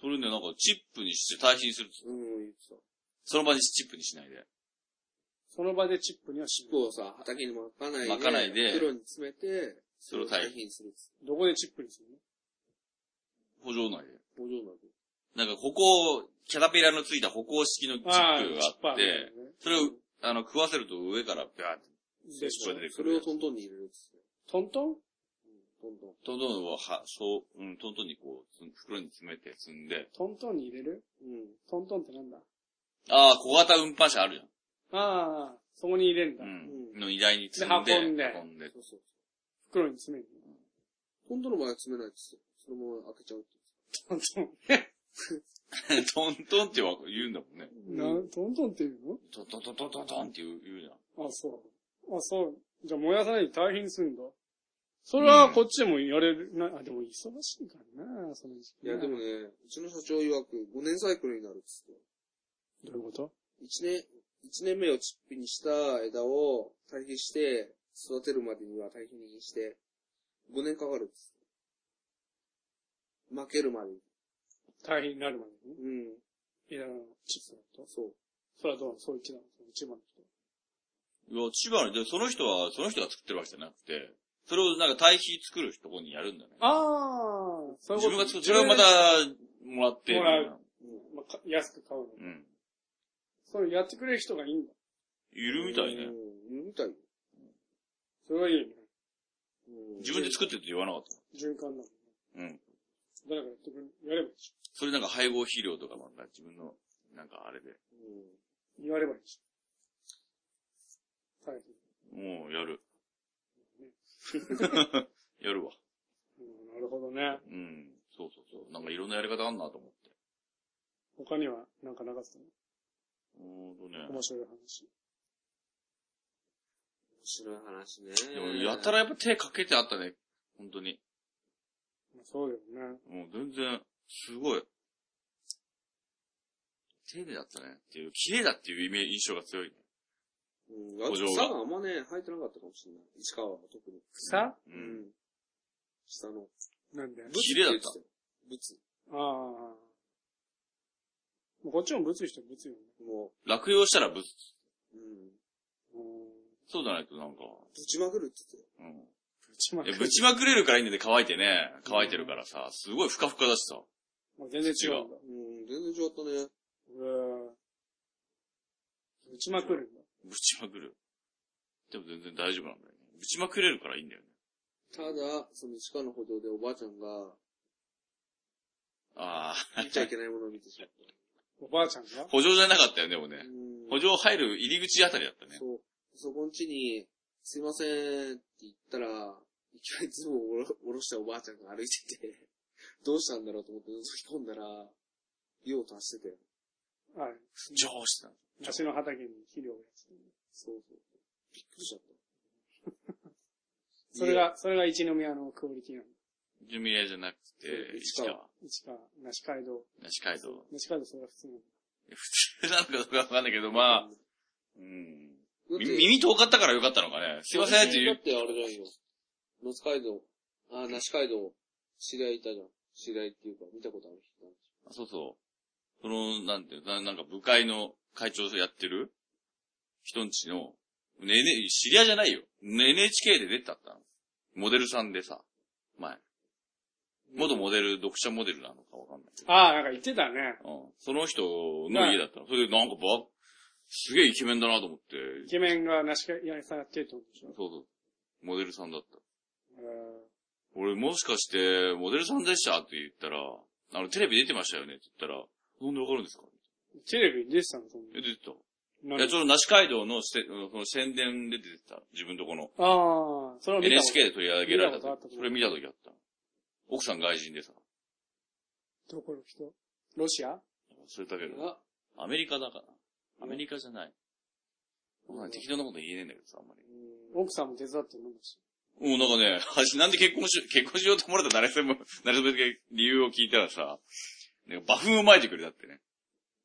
S3: それね、なんかチップにして耐震するっつ。
S4: うん。うん、言ってた。
S3: その場にチップにしないで。
S2: その場でチップにはしない。
S4: 服をさ、畑に巻かないで。
S3: 巻かないで
S4: 袋に詰めて、
S3: それを堆
S4: 堆肥にするっつって。
S2: どこでチップにするの
S3: 補助内で。
S4: 工場なの。
S3: なんか歩行、キャタピラのついた歩行式のチップ
S2: あ
S3: が
S2: あ、
S3: あっ
S2: チッ
S3: て、
S2: プあるよね
S3: それを、あの、食わせると上からビャーって、
S2: でし
S3: そ
S2: ょ
S3: れ出て
S4: そ
S3: く
S4: れを
S3: る。
S4: トントンに入れるっつって。
S2: トントン
S4: うん、トントン。
S3: トントンをは、そう、うん、トントンにこう、袋に詰めて積んで、
S2: トントンに入れる
S4: うん。
S2: トントンってなんだ
S3: ああ、小型運搬車あるじ
S2: ああ、そこに入れるん
S3: ゃ
S2: だ。
S3: ん。うん。
S4: うん
S3: の荷台に積んで、
S2: で運んで
S3: 運んで
S4: そうそう
S2: 袋に詰める
S4: トントンの場合は詰めないっつって。そのまま開けちゃうって
S2: の。トン
S3: トントンってわ言うんだもんね。
S2: トン。な、トントンって言う
S3: トントントントントントンって言う言うじゃん。
S2: のあ、そう。あ、そう。じゃあ燃やさないで大変するんだ。それはこっちでもやれる。な、あ、でも忙しいからな、その時期。
S4: いや、でもね、うちの社長曰く5年サイクルになるっつって。
S2: どういうこと
S4: 一年、一年目をチップにした枝を堆肥して、育てるまでには堆肥にして、5年かかるんです。負けるまでに。
S2: 大変になるまでにね。
S4: うん。
S2: 枝のチップだと。
S4: そう。
S2: それはどうなのそう一なのその一番の人。
S3: いや、千葉の、で、その人は、その人が作ってるわけじゃなくて、それをなんか堆肥作るとこにやるんだね。
S2: ああ、そういう
S3: 自分が作
S2: こと。
S3: る、それをまた、もらって。
S2: もらう
S4: うん。
S2: まあか安く買うの。
S3: うん。
S2: それやってくれる人がいいんだ。
S3: いるみたいね。
S4: うん。いるみたいよ。
S2: それはいいよね。
S4: うん。
S3: 自分で作ってって言わなかっ
S2: 循環だもんね。
S3: た。うん。
S2: 誰かやってくれる、やればいいでし
S3: それなんか配合肥料とかもなんか自分の、なんかあれで、
S4: うん。
S2: ょ。言わればいいでしょ。大変。
S3: もうや る。やるわ。
S2: うん、なるほどね。
S3: うん。そうそうそう。なんかいろんなやり方あんなと思って。
S2: 他にはなんかなかったね。
S3: うーんとね。
S2: 面白い話。
S4: 面白い話ね。
S3: でも、やたらやっぱ手かけてあったね。本当に。
S2: まあ、そうだよね。
S3: もう全然、すごい。丁寧だったねっていう、綺麗だっていうイメージ、印象が強い。
S4: うん。あと
S3: 補助
S4: 草
S3: が
S4: があんまね、生えてなかったかもしれない。市川は特に。
S2: 草
S3: う。。
S4: うん下の。
S2: なんであ
S3: 綺麗だった
S4: ブツ。
S2: あ。もうこっちも物理して物理よね。
S4: も
S3: 落葉したらぶつ、
S4: う、うん。
S2: うん。
S3: そうじゃないとなんか、
S4: ぶちまくるって言って
S3: うん。
S2: ぶちまく
S3: え、ぶちまくれるからいいんだね、乾いてね。乾いてるからさ、すごいふかふかだしさ。
S2: もう全然違うんだ。
S4: たよ。うん。全然違ったね。
S2: うーぶちまくるんだ。
S3: ぶちまくる。でも全然大丈夫なんだよね。ぶちまくれるからいいんだよね。
S4: ただ、その市川の歩道でおばあちゃんが、
S3: ああ。
S4: 見ちゃいけないものを見てしまった。
S2: おばあちゃんが
S3: 補助じゃなかったよね、でもね。
S4: うん
S3: 補助入る入り口あたりだったね。
S4: そう。そこんちに、すいませんって言ったら、いきなりズボンをおろ下ろしたおばあちゃんが歩いてて、どうしたんだろうと思って覗き込んだら、用を足してて。
S2: はい。
S3: 情報してた。
S2: 梨の畑に肥料をやってた
S4: そうそう。びっくりしちゃった。
S2: それが、それが一宮のクオリティなの。
S3: ジュミレじゃなくて、
S4: 市
S3: 市
S4: 川
S3: 川。
S2: 市川、梨街道。
S3: 西海道。
S2: 梨街道それは普通なの。
S3: 普 通なのかどうかわかんないけど、まあ、うん。
S4: だって
S3: 耳耳遠かったからよかったのかね。すいませんって言
S4: だ
S3: う
S4: っ。てあれだよ。野津街道、あ、梨街道、知り合いいたじゃん。知り合いっていうか、見たことある人いたんでし
S3: あそうそう。その、なんていうのな、なんか部会の会長やってる人んちの、ねね、知り合いじゃないよ。ね NHK で出てたったの。モデルさんでさ、前。元モデル、読者モデルなのかわかんないけど。
S2: ああ、なんか言ってたね。
S3: うん。その人の家だったの。それでなんかば、すげえイケメンだなと思って。
S2: イケメンが梨街屋さんやってるってことでし
S3: そう
S2: ょ。
S3: そう。モデルさんだった。
S2: えー
S3: 俺もしかして、モデルさんでしたって言ったら、あの、テレビ出てましたよねって言ったら、なんでわかるんですか
S2: テレビに出てたのそんな
S3: え、出てた。
S2: ない
S3: や、ちょうど梨街道のせその宣伝で出てた。自分とこの。
S2: ああ、それを見たこと
S3: NHK で取り上げられた
S2: 見たことあった
S3: 時。それ見た時あった。奥さん外人でさ。
S2: どこの人ロシア
S3: それだけど、
S4: あ、
S3: アメリカだから。アメリカじゃない。僕ね適当なこと言えねえんだけどさ、あんまり。
S2: 奥さんも手伝ってるのもし。
S3: もうなんかね、 私なんで結婚し、結婚しようと思われた誰せも、 誰せも理由を聞いたらさ、ね、馬粉をまいてくれだってね。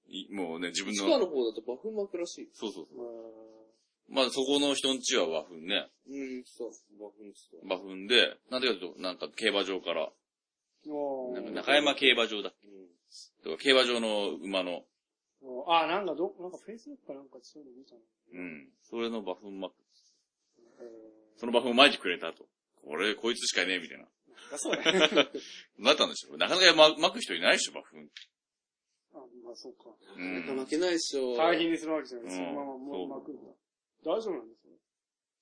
S3: いもうね、自分
S4: 地
S3: の。
S4: 下の方だとバフ巻くらしい。
S3: そうそうそ
S2: ま
S3: う。まあそこの人んちは和風ね。
S4: うん、そう。バフ巻く。
S3: 馬粉で、なんでかというと、なんか競馬場から、
S2: あお
S3: なんか
S2: ー
S3: 中山競馬場だ。
S4: うん。
S3: とか競馬場の馬の、
S2: おーあー、なんかど、なんか Facebook かなんかそういうの見たの。
S3: うん。それの馬粉まく、
S2: え
S3: その馬粉をまいてくれたと。俺、こいつしかいねえみ たいな。
S2: ー、だそうね。
S3: なったんでしょなかなかま巻く人いないでしょ、馬粉。
S2: あ、まあそうか。
S3: うん
S4: なかなか負けないっしょ。
S2: 大変にするわけじゃない。
S3: うん
S2: そのままもう巻くんだ。大丈夫なんで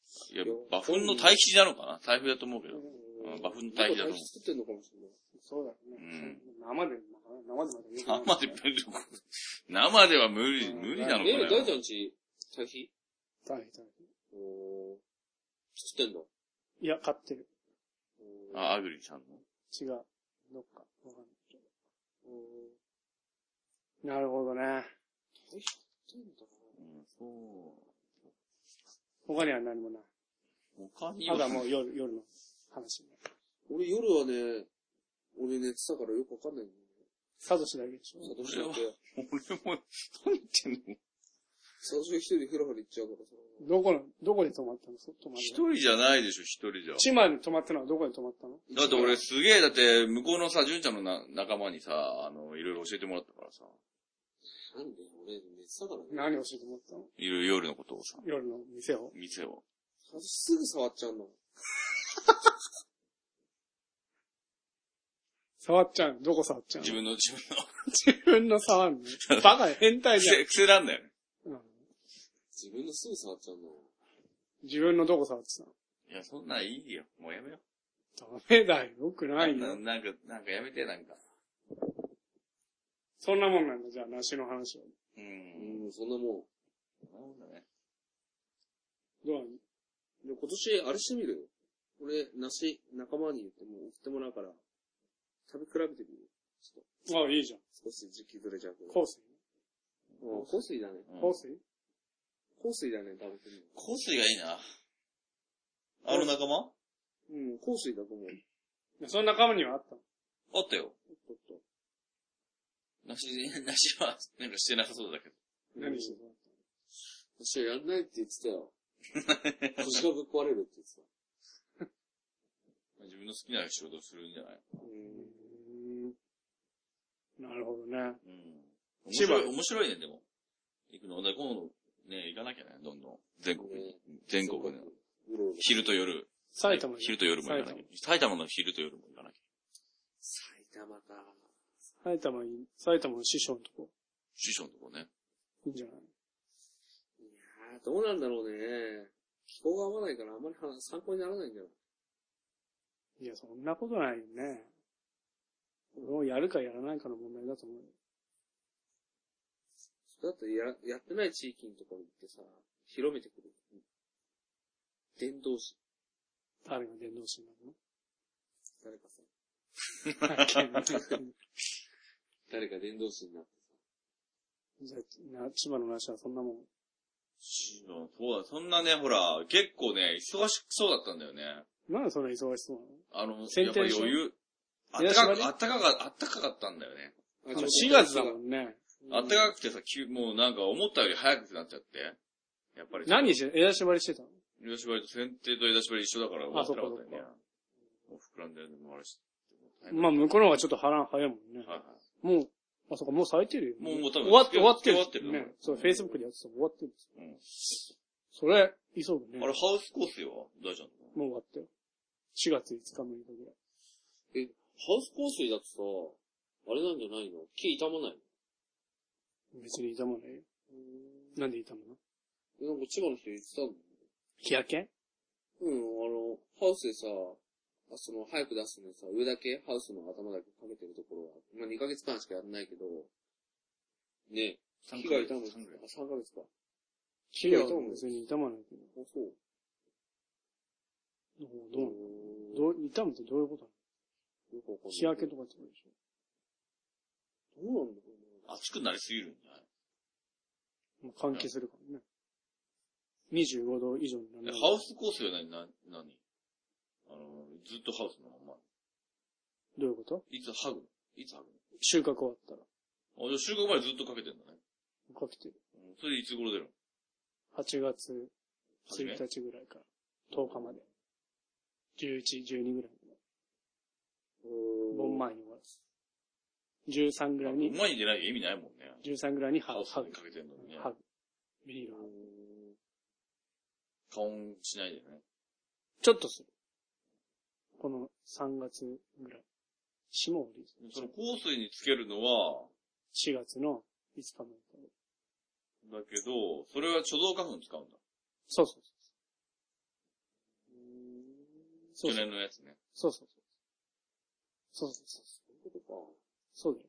S2: すよ。
S3: いや、馬粉の対比なのかな対比だと思うけど。
S4: う
S3: うん
S4: ん。
S3: バフの対比だと思う
S4: なんか対比作ってんのかもしれない。
S2: そうだよ
S3: う
S2: ね。
S3: ん
S2: 生で、生でまで
S3: 生で、生では無理、無理なのか
S4: ねえ、大
S3: な
S4: ちゃんち、対比
S2: 大変大
S4: おー作ってんの
S2: 変。いや、買ってる。
S4: おー
S3: あ、アグリちゃんの。
S2: 違う。どっか。わかんないけど。なるほどね。
S4: 対比作ってんだ
S3: うん、そう。
S2: 他には何もない。
S3: 他に
S2: ま
S3: は
S2: だもう夜、夜の話ね。
S4: な俺夜はね、俺寝てたからよくわかんないんだ
S2: サトシだけでし
S4: よね。
S2: ょ。
S4: サトシだって、
S3: 俺も、何言ってんの
S4: サトシが一人でフラフラ行っちゃうからさ。
S2: どこの、どこで泊まったのそ泊まる
S3: 一人じゃないでしょ、一人じゃ。
S2: 千葉に泊まったのはどこで泊まったの
S3: だって俺すげえ、だって向こうのさ、純ちゃんのな仲間にさ、あの、いろいろ教えてもらったからさ、
S4: なんで俺寝てたからね。
S2: 何教えてもらったの
S3: いろいろ夜のことをさ、
S2: 夜の店を。
S3: 店を。
S4: サトシすぐ触っちゃうの。
S2: 触っちゃうのどこ触っちゃうの
S3: 自分の、自分の
S2: 自分の触る のバカ変態じゃん
S3: 癖、癖なんだよね。。
S2: うん
S4: 自分のすぐ触っちゃうの。
S2: 自分のどこ触ってたの
S3: いや、そんなんいいよ。もうやめよ
S2: ダメだよ。よく
S3: う。
S2: ない
S3: な
S2: よ。
S3: なんか、なんかやめて、なんか。
S2: そんなもんなんだ、じゃあ、梨の話は。
S3: うん。
S4: うん、そんなも
S3: なんだね。
S2: どうなの
S4: ん。で今年、あれしてみるよ。俺、梨、仲間に言っても送ってもらうから、食べ比べてみる。ちょっ
S2: ああ、いいじゃん。
S4: と、少し時期ずれちゃうけど。
S2: 香水。
S4: うん香水だね。
S3: うん
S2: 香水
S4: 香水だね、多分。
S3: 香水がいいな。あの仲間
S4: うん、香水だと思う。
S2: その仲間にはあったの
S3: あったよ。
S4: ちょっと。
S3: 梨、梨は、なんかしてなさそうだけど。
S2: 何してたの
S4: 私はやんないって言ってたよ。腰がぶっ壊れるって言ってた。
S3: 自分の好きな仕事をするんじゃない
S2: うーんなるほどね。
S3: うん。面
S2: 千葉
S3: 白い、面白いね、でも。行くの。だから今度、ね、行かなきゃね、どんどん。全国に。全国の。
S4: うろうろ。
S3: 昼と夜。
S2: 埼玉
S3: 昼と夜も行かなきゃ。埼玉の昼と夜も行かなきゃ。
S4: 埼玉か。
S2: 埼玉いい、埼玉の師匠のとこ、
S3: 師匠のとこね。
S2: いいんじゃない
S4: いやー、どうなんだろうね。気候が合わないからあんまり話参考にならないんだよ。
S2: いや、そんなことないよね。もうやるかやらないかの問題だと思うよ。
S4: だってや、やってない地域のところに行ってさ、広めてくる。伝道師。
S2: 誰が伝道師にな
S4: 誰かさ。
S2: るの
S4: 誰か伝道師になって
S2: じゃあな千葉の話はそんなもん。
S3: 師匠、そうだ、そんなね、ほら、結構ね、忙しそうだったんだよね。
S2: なんでそんな忙しそうなの
S3: あの、
S2: 先
S3: やっぱ
S2: 手で
S3: り
S2: しょ
S3: 余裕。あっ
S2: 出だ
S3: た
S2: し
S3: か
S2: はね
S3: く、あったかか、あったかかったんだよね。
S4: さ。
S2: あの ?4 月だもんね。
S3: あったかくてさ、急、もうなんか思ったより早くなっちゃって。やっぱり。
S2: 何して、枝縛りしてたの
S3: 枝縛りと剪定と枝縛り一緒だから、終わってなかったよね
S2: あそっ
S3: もう膨ら
S2: か。
S3: んでるのもあるし。
S2: まあ、向こうの方がちょっと腹早いもんね。
S3: はいはい。
S2: もう、あ、そっか、もう咲いてるよ。
S3: もうもう多分
S2: 終わって、終わってる。
S3: 終わってる
S2: ね。そう、Facebook でやってたら終わってる。
S3: うん
S2: それ、急ぐね。
S3: あれ、ハウス構成は大ちゃんの
S2: もう終わったよ。4月5日6日ぐらい。
S4: ハウス香水だとさ、あれなんじゃないの木傷まないの
S2: 別に痛まないよ。なんで痛むの
S4: えなんか千葉の人言ってたんだよ。
S2: 日焼け
S4: うん、あの、ハウスでさ、あその、早く出すのにさ、上だけ、ハウスの頭だけかけてるところは、まあ、2ヶ月間しかやんないけど、ね、
S3: 三
S4: 被
S3: ヶ
S4: 害
S3: 月
S4: 多分、
S3: 三ヶ
S4: あ、
S3: 月
S4: 3ヶ月か。
S2: 木は別に痛まないけど。
S4: あ、そう。
S2: どう
S4: う
S2: どう、痛むってどういうことな
S4: よくわかんな
S2: の
S4: い
S2: 日焼けとかってことでし
S4: どうなんだろうな。
S3: 熱くなりすぎるんじゃない
S2: ょ。まあ、換気するからね。25度以上にな
S3: え
S2: る。
S3: ハウス構成は何、な、何あの、ずっとハウスのまんま。
S2: どういうこと
S3: いつハグいつハグ
S2: 収穫終わったら、
S3: あ、じゃあ収穫前ずっとかけてんだね。
S2: かけてる。
S3: うんそれでいつ頃出る
S2: 8月
S3: 初
S2: 1
S3: め
S2: 日ぐらいから10日まで。11、12ぐらいまで。
S4: うーん
S2: 盆前に終わらす。13ぐらい
S3: の
S2: に、
S3: 前に出ないと意味ないもんね。
S2: 13ぐらいに
S3: ハ
S2: ハグ
S3: ウス、
S2: ハ
S3: に
S2: グ
S3: か、けてんのにね。
S2: ハグ。ビニールハグ。
S3: 加温しないでね。
S2: ちょっとする。この3月ぐらい。霜降り。
S3: その香水につけるのは、
S2: 4月の5日まで。
S3: だけど、それは貯蔵花粉使うんだ。
S2: そうそうそう。そう
S3: 去
S2: そう
S3: 年のやつね。
S2: そうそう。そうそうそう。
S4: そういうこ
S2: そうだよ。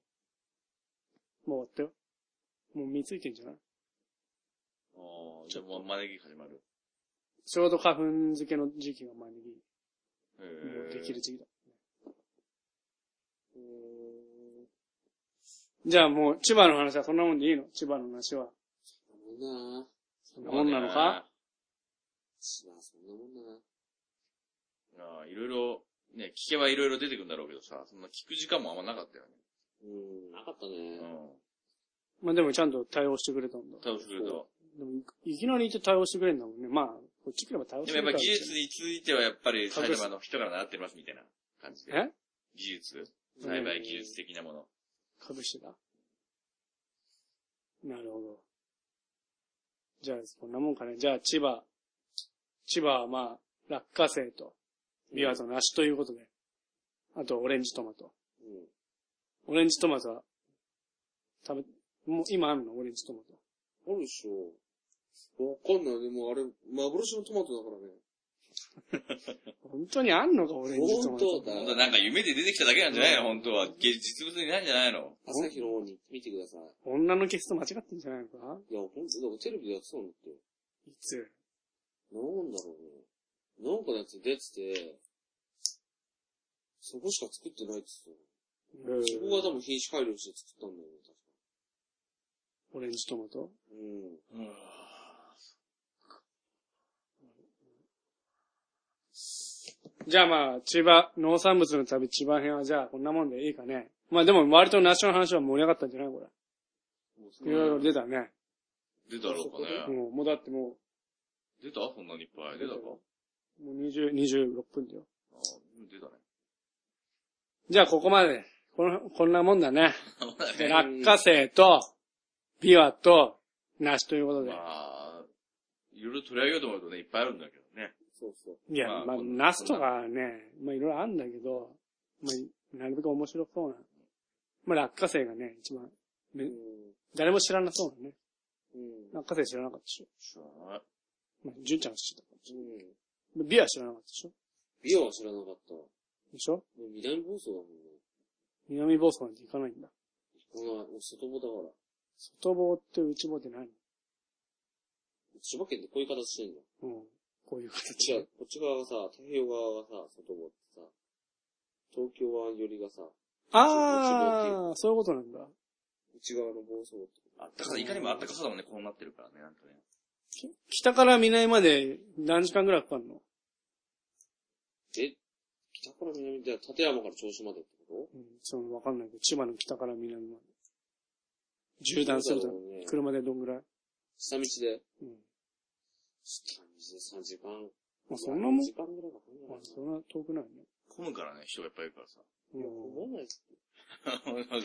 S2: もう終わったよ。もう身ついてんじゃない
S3: ああ、じゃあもう招き始まる。
S2: ちょうど花粉漬けの時期が招き、
S3: へ
S2: もうできる
S3: え。
S2: 時期だ。
S4: とか。うーん。
S2: じゃあもう、千葉の話はそんなもんでいいの千葉の話は。
S4: そんなもんな
S2: そんなもんなのか
S4: しな、そんなもんな
S3: ああ、いろいろ、ね、聞けばいろいろ出てくるんだろうけどさ、そんな聞く時間もあんまなかったよね。
S4: うん。なかった
S3: う
S4: ね。
S3: ん。
S2: まあでもちゃんと対応してくれたんだ。
S3: 多分すると。
S2: でもいきなり行って対応してくれるんだもんね。まあ、こっち来れば対応し
S3: で
S2: て
S3: も
S2: く
S3: や
S2: れ
S3: っ
S2: る
S3: ぱ技
S2: から
S3: 術についてはやっぱり埼玉の人から習ってますみたいな感じで。
S2: え
S3: 技術栽培技術的なもの。
S2: 隠してた。なるほど。じゃあ、こんなもんかね。じゃあ、千葉。千葉はまあ、落花生と、ビワと梨ということで。あと、オレンジトマト。
S4: う
S2: オ
S4: ん。
S2: レンジトマトは、食べ、もう今あるのオレンジトマト。
S4: あるでしょ。わかんない。でもあれ、幻のトマトだからね。
S2: 本当にあんのか、オレンジトマト。
S4: 本当だ
S3: 本当なんか夢で出てきただけなんじゃないの本当は。げ実物にないんじゃないの
S4: 朝日の方に行ってみてください。
S2: 女のゲスト間違ってんじゃないのか
S4: いや、ほんと、だからテレビでやってたんだって。
S2: いつ
S4: なんだろうね。なんかのやつ出てて、そこしか作ってないっつってたの。そこが多分品種改良して作ったんだよね、確か。
S2: オレンジトマト
S4: うん。
S2: じゃあまあ、千葉、農産物の旅、千葉編はじゃあこんなもんでいいかね。まあでも、割とナショナル話は盛り上がったんじゃないこれ。いろいろ出たね。
S3: 出たろうかね。
S2: もう、もうだっても
S3: 出たそんなにいっぱい。出たか
S2: う、もう20、26分だよ。
S3: ああ出 たね。
S2: じゃあここまで。この、こんなもんだね。で、
S3: ま
S2: 落花生と、ビワと、梨ということで。
S3: あ、いろいろ取り上げようと思うとね、いっぱいあるんだけどね。
S4: そうそう。
S2: いや、
S3: まあ
S2: まあ、
S3: こん
S2: ナスとかはね、まあいろいろあるんだけど、まあ、なるべく面白そうな。まあ落花生がね、一番、め
S4: う
S2: 誰も知らなそうなね。
S4: ん。うん。
S2: 落花生知らなかったでしょ。
S3: 知らない。
S2: まあ、純ちゃんは知って
S4: うん。
S2: た。ビア知らなかったでしょ
S4: ビアは知らなかった。も
S2: でしょ
S4: う南房総だもんね。
S2: 南房総なんて行かないんだ。
S4: この前、俺外房だから。
S2: 外房って内房って何
S4: 千葉県ってこういう形してんじゃん。
S2: うん。こういう
S4: じ
S2: 形
S4: ゃあ。、こっち側がさ、太平洋側がさ、外房ってさ、東京湾寄りがさ、
S2: ああ、そういうことなんだ。
S4: 内側の房総って。
S3: あったかさ、いかにもあったかさだもんね、こうなってるからね、なんかね。
S2: き北から南まで何時間ぐらいかかるの
S4: え北から南で、立山から銚子までってこ
S2: うん、そのわかんないけど、千葉の北から南まで。
S4: と
S2: 縦断する
S4: そ
S2: と
S4: うだ、ろうね
S2: 車でどんぐらい
S4: 下道で。
S2: うん。
S4: 下道で3時間。
S2: まあ、そんなもん、
S4: 時間ぐらいかかん
S2: ま
S4: な
S2: あ
S4: い、か
S2: そ
S4: な。
S2: んな遠くないね。
S3: 混むからね、人がいっぱいいるからさ。
S2: うん
S4: 思わないです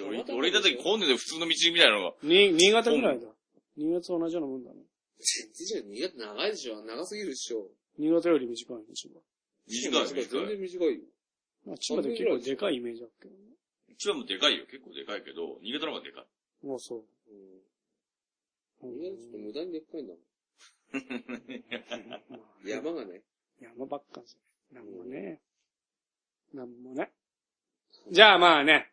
S3: 俺俺いた時混んでて普通の道みたいなのが。
S2: に、新潟ぐらいだ。新潟と同じようなもんだね。
S4: 全然苦手長いでしょ長すぎるでしょ
S2: 新潟より短いね、千葉。
S3: 短い、
S4: 全
S3: 短い。
S4: 然短いよ。
S2: まあ、千葉で結構でかいイメージだっけどね。
S3: 千葉もでかいよ、結構でかいけど、新潟の方がでかい。
S2: もうそう。
S4: うん。いや、ちょっと無駄にでっかいんだもん。山がね。
S2: 山ばっかじゃない。なんもねえ。なんもね。じゃあまあね。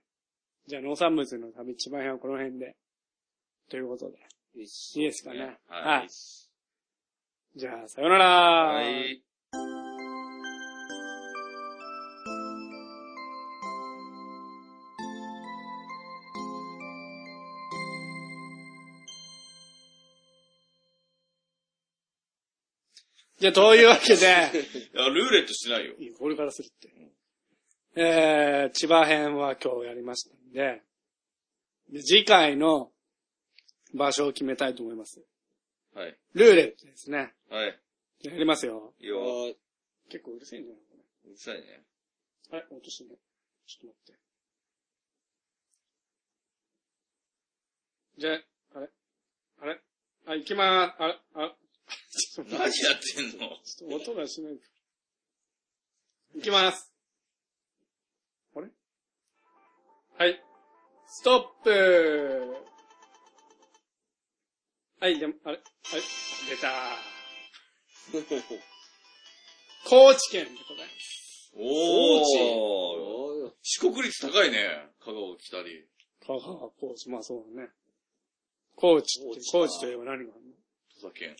S2: じゃあ農産物の旅、千葉編はこの辺で。ということで。
S4: よし
S2: いいですかね。
S3: はい。
S2: じゃあ、さよなら。
S3: はい。
S2: じゃあ、というわけ で、
S3: いや、ルーレットしないよ。
S2: いいこれからするって。えー、千葉編は今日やりましたんで、で次回の場所を決めたいと思います。
S3: はい。
S2: ルーレットですね。
S3: はい。
S2: やりますよ。
S3: いいよ。
S4: あー
S2: 結構うるせえんじゃないう
S3: るさいね。
S2: あれ落としてね。ちょっと待って。じゃあ、あれあれあ、行きまーす。あれあれちょっと
S3: 何や
S2: 待
S3: っ
S2: って
S3: てんの
S2: ちょっと音がしない。行きます。あれはい。ストップはい、じゃあ、あれあれ出たー。高知県でございます。
S3: おー。
S4: おー
S3: 四国率高いね。香川来たり。
S2: 香川、高知、まあそうだね。高知って、高
S4: 高知か
S2: 知といえば何があるの
S3: 土佐県。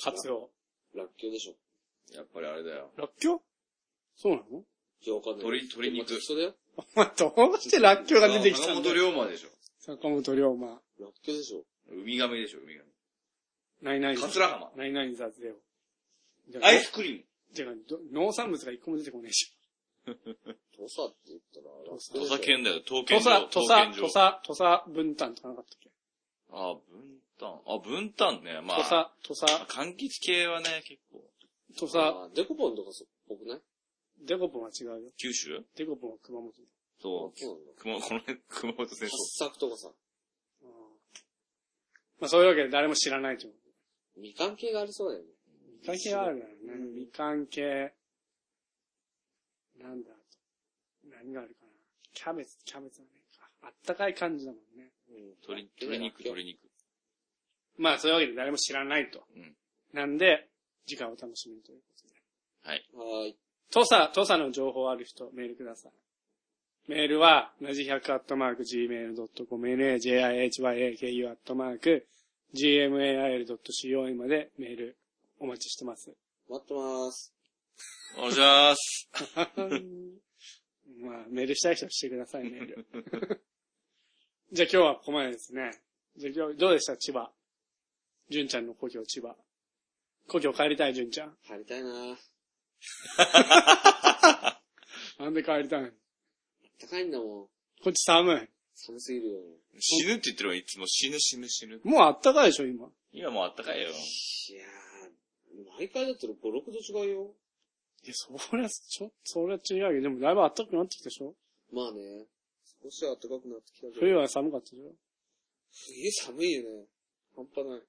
S2: カツオ。
S4: らっきょうでしょ。
S3: やっぱりあれだよ。
S2: らっきょうそうなの
S4: いや、わかんない。
S3: 鶏鶏肉
S4: でも一緒だよ。
S2: お前どうしてらっきょうが出てきた
S3: 坂
S2: んだ
S3: 本
S2: よ
S3: 龍馬でしょ。
S2: 坂本龍馬。
S4: らっきょうでしょ。
S3: ウミガメでしょ、ウミガ
S2: ナイナイ
S3: メ。桂浜。
S2: ナイナイザーズでよ。じゃあ
S3: アイスクリーム。
S2: てか、ど農産物が一個も出てこないし。
S4: 土佐って言ったら、らっきょう
S3: 土
S4: でしょ
S3: 佐。県だよ、東
S2: 土
S3: 京
S2: 佐、土佐、土
S3: あ
S2: 佐、土佐分担とかなかったっけ
S3: あ、分担。あ、分担ね。ま
S2: 土
S3: あ、
S2: 佐、土佐、
S3: 柑橘系はね、結構。
S2: 土佐、
S4: あー、デコポンとかそっぽくない
S2: デコポンは違うよ。
S3: 九州
S2: デコポンは熊本。
S3: そ
S4: そうなんだ。
S3: う。熊、この辺、熊本戦
S4: 八
S3: 争。
S4: 作とかさ、
S2: あーまあそういうわけで誰も知らないと思う。
S4: みかん系がありそうだよね。
S2: みかん系はあるからね
S4: う。ん
S2: みかん系。なんだ何があるかな。キャベツ、キャベツはね。あったかい感じだもんね。
S3: 鶏、鶏肉、鶏
S4: 鶏
S3: 肉。
S2: まあそういうわけで誰も知らないと。
S3: うん
S2: なんで、次回お楽しみにということで。
S4: はーい。
S2: 土佐、土佐の情報ある人、メールください。メールは、なじ100アットマーク gmail.com、najihyaku アットマーク gmail.co までメールお待ちしてます。
S4: 待ってます。
S3: お願いします。
S2: まあ、メールしたい人はしてください、メール。 じゃあ今日はここまでですね。じゃあ今日、どうでした千葉。純ちゃんの故郷、千葉。故郷帰りたい、純ちゃん。
S4: 帰りたいなーあっ
S2: なんで帰りたいの
S4: たかいんだもん。
S2: こっち寒い。
S4: 寒すぎるよね。
S3: 死ぬって言ってるわ、いつも。死ぬ、死ぬ、死ぬ。
S2: もうあったかいでしょ、今。
S3: 今もうあったかいよ。
S4: いやー、毎回だったら5、6度違うよ。
S2: いや、そりゃ、ちょ、そりゃ違うけど、でもだいぶ暖かくなってきたでしょ
S4: まあね。少しは暖かくなってきたけど。
S2: 冬は寒かったでしょ
S4: 冬寒いよね。半端ない。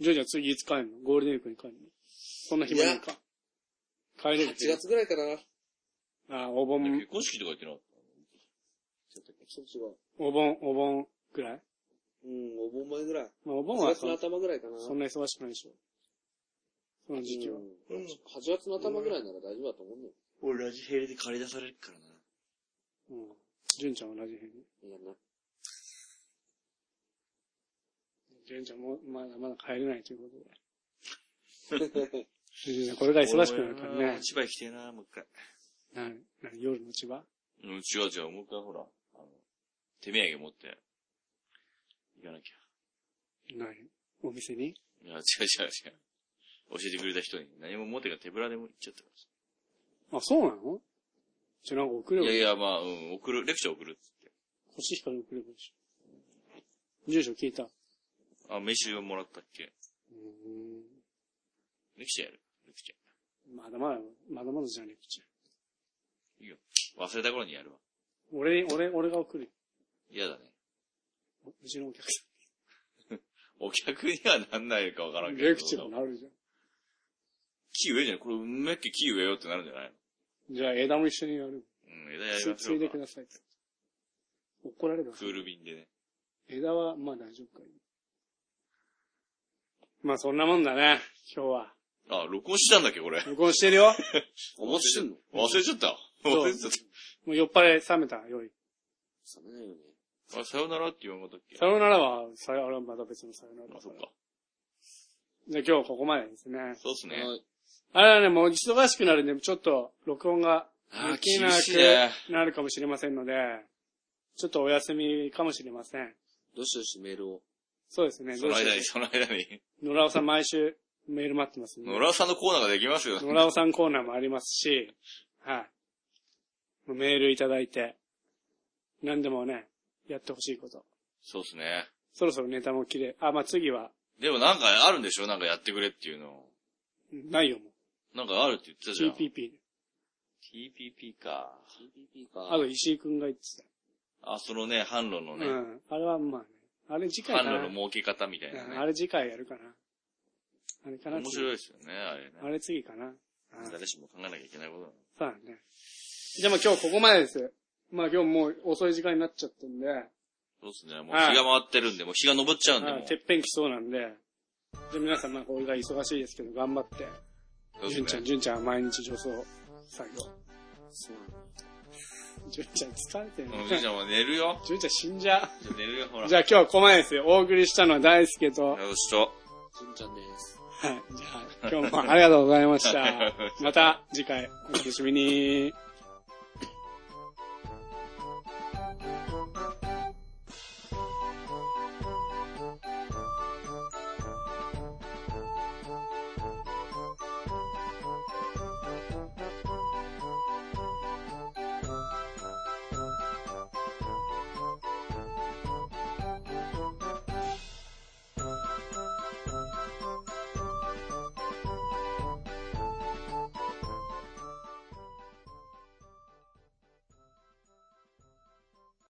S2: ジョージは次いつ帰るのゴールデンウィークに帰るのそんな暇ないか。帰れる
S4: 8月ぐらいかな。
S2: ああ、お盆
S3: 結、婚式とか言ってなかっ
S4: そっちは。
S2: お盆、お盆ぐらい
S4: うん、お盆前ぐらい。
S2: まあお盆
S4: 8
S2: は
S4: 月
S2: そ
S4: の
S2: ん
S4: 頭ぐらいかな。
S2: そんな忙しくないでしょ。その時期は。
S4: うん、8月の頭ぐらいなら大丈夫だと思うんだよ。
S3: た。俺、ラジヘリで借り出されるからな。
S2: うん。ジュンちゃんは同じ辺に。
S4: いや、な、
S2: ジュンちゃんもまだまだ帰れないということで。 ジュンちゃんこれから忙しくなるからね。
S3: 千葉行きてえな、もう一回。
S2: な、な、夜の千葉
S3: うん、違う違う、もう一回ほら、あの、手土産持って、行かなきゃ。
S2: ない。お店に
S3: いや、違う違う違う。教えてくれた人に、何も持ってか手ぶらでも行っちゃったか
S2: あ、そうなのじゃあなんか送れ
S3: ら。
S2: ば
S3: いやいや、まあ、うん、送る、レクチャー送るっつって。
S2: 欲しい光に送ればいいでしょ。住所聞いた。う
S3: あ、飯をもらったっけ
S2: ん。
S3: レクチャーやる。レクチ
S2: まだまだ、まだまだじゃねえ、こっち。
S3: ャー。忘れた頃にやるわ。
S2: 俺、俺、俺が送るよ。
S3: 嫌だね。
S2: うちのお客さ
S3: お客にはなんないかわからん
S2: ん。
S3: けど。
S2: レクチャーになるじ
S3: 木植えじゃないこれ、めっき木植えようってなるんじゃない
S2: ゃん。じゃあ枝も一緒にやる。
S3: のうん、枝やり
S2: つ
S3: まし
S2: つ
S3: ょ
S2: いうで
S3: か
S2: く。ださい。怒られるわ
S3: クール便でね。
S2: 枝は、まあ大丈夫か。まあそんなもんだね、今日は。
S3: あ、録音したんだっけ、これ。
S2: 録音してる よ。
S4: 思ってんの
S3: 忘れちゃった。
S2: そう
S3: 忘れちゃっ
S2: もう酔っ払い冷めた、よい。
S4: 冷めないよね。
S3: た。あ、さよならって言わんかったっけ
S2: さよならは、さよならはまた別のさよならだ
S3: あ、
S2: か
S3: そ
S2: ら
S3: っか。
S2: じゃあ今日ここまでですね。
S3: そうっすね。
S4: はい。
S2: あれはね、もう忙しくなるんで、ちょっと録音が
S3: あー
S2: できな
S3: 厳しいね
S2: くなるかもしれませんので、ちょっとお休みかもしれません。
S4: どしどしメールを。
S2: そうですね。
S3: その
S2: どうしよ
S3: 間
S2: う
S3: に、その間に。
S2: 野良尾さん毎週メール待ってますんで
S3: 野良さんのコーナーができますよ。
S2: 野良尾さんコーナーもありますし、はい。メールいただいて、何でもね、やってほしいこと。
S3: そうっすね。
S2: そろそろネタも切れ、あ、まあ、次は、
S3: でもなんかあるんでしょなんかやってくれっていうの。
S2: ないよもう。
S3: なんかあるって言ってたじゃん。
S2: TPP。
S3: TPP か。
S4: TPP か。
S2: あと石井くんが言って
S3: あ、そのね、販路の
S2: た。
S3: ね、
S2: うん。あれはまあね、あれ次回
S3: 販
S2: か
S3: 路
S2: な。
S3: の儲け方みたいな
S2: うんあ
S3: ね。
S2: れ次回やるかな。あれかな。
S3: 面白い
S2: い。
S3: ですよね、あれ
S2: あ
S3: ね。
S2: れ次かな。うん
S3: 誰しも考えなきゃいけないことだな
S2: そうだね。じゃあまあ今日ここまでです。まあ今日もう遅い時間になっちゃったんで、
S3: そうっすね。もう日が回ってるんで、もう日が昇っちゃうんで、も
S2: は
S3: う。
S2: い、てっぺん来そうなんで、じゃあ皆さんまあこれが忙しいですけど頑張って、
S3: そう
S2: 純
S3: っ
S2: ち
S3: す
S2: ゃん、
S3: ね。
S2: 純ちゃんは毎日女装作業。
S4: そうなんだ
S2: 純ちゃん疲れてる
S3: うんじい
S2: ね。
S3: ちゃんもう寝るよ。
S2: 純ちゃん死んじゃ
S3: 寝るよ、ほ
S2: う。
S3: ら。
S2: じゃあ今日はここまでですよ。お送りしたのは大輔と、
S3: よしと。
S4: 純ちゃんです。
S2: はい。じゃあ、今日もありがとうございまし た
S3: ありがとうございまし。
S2: また次回お楽しみに。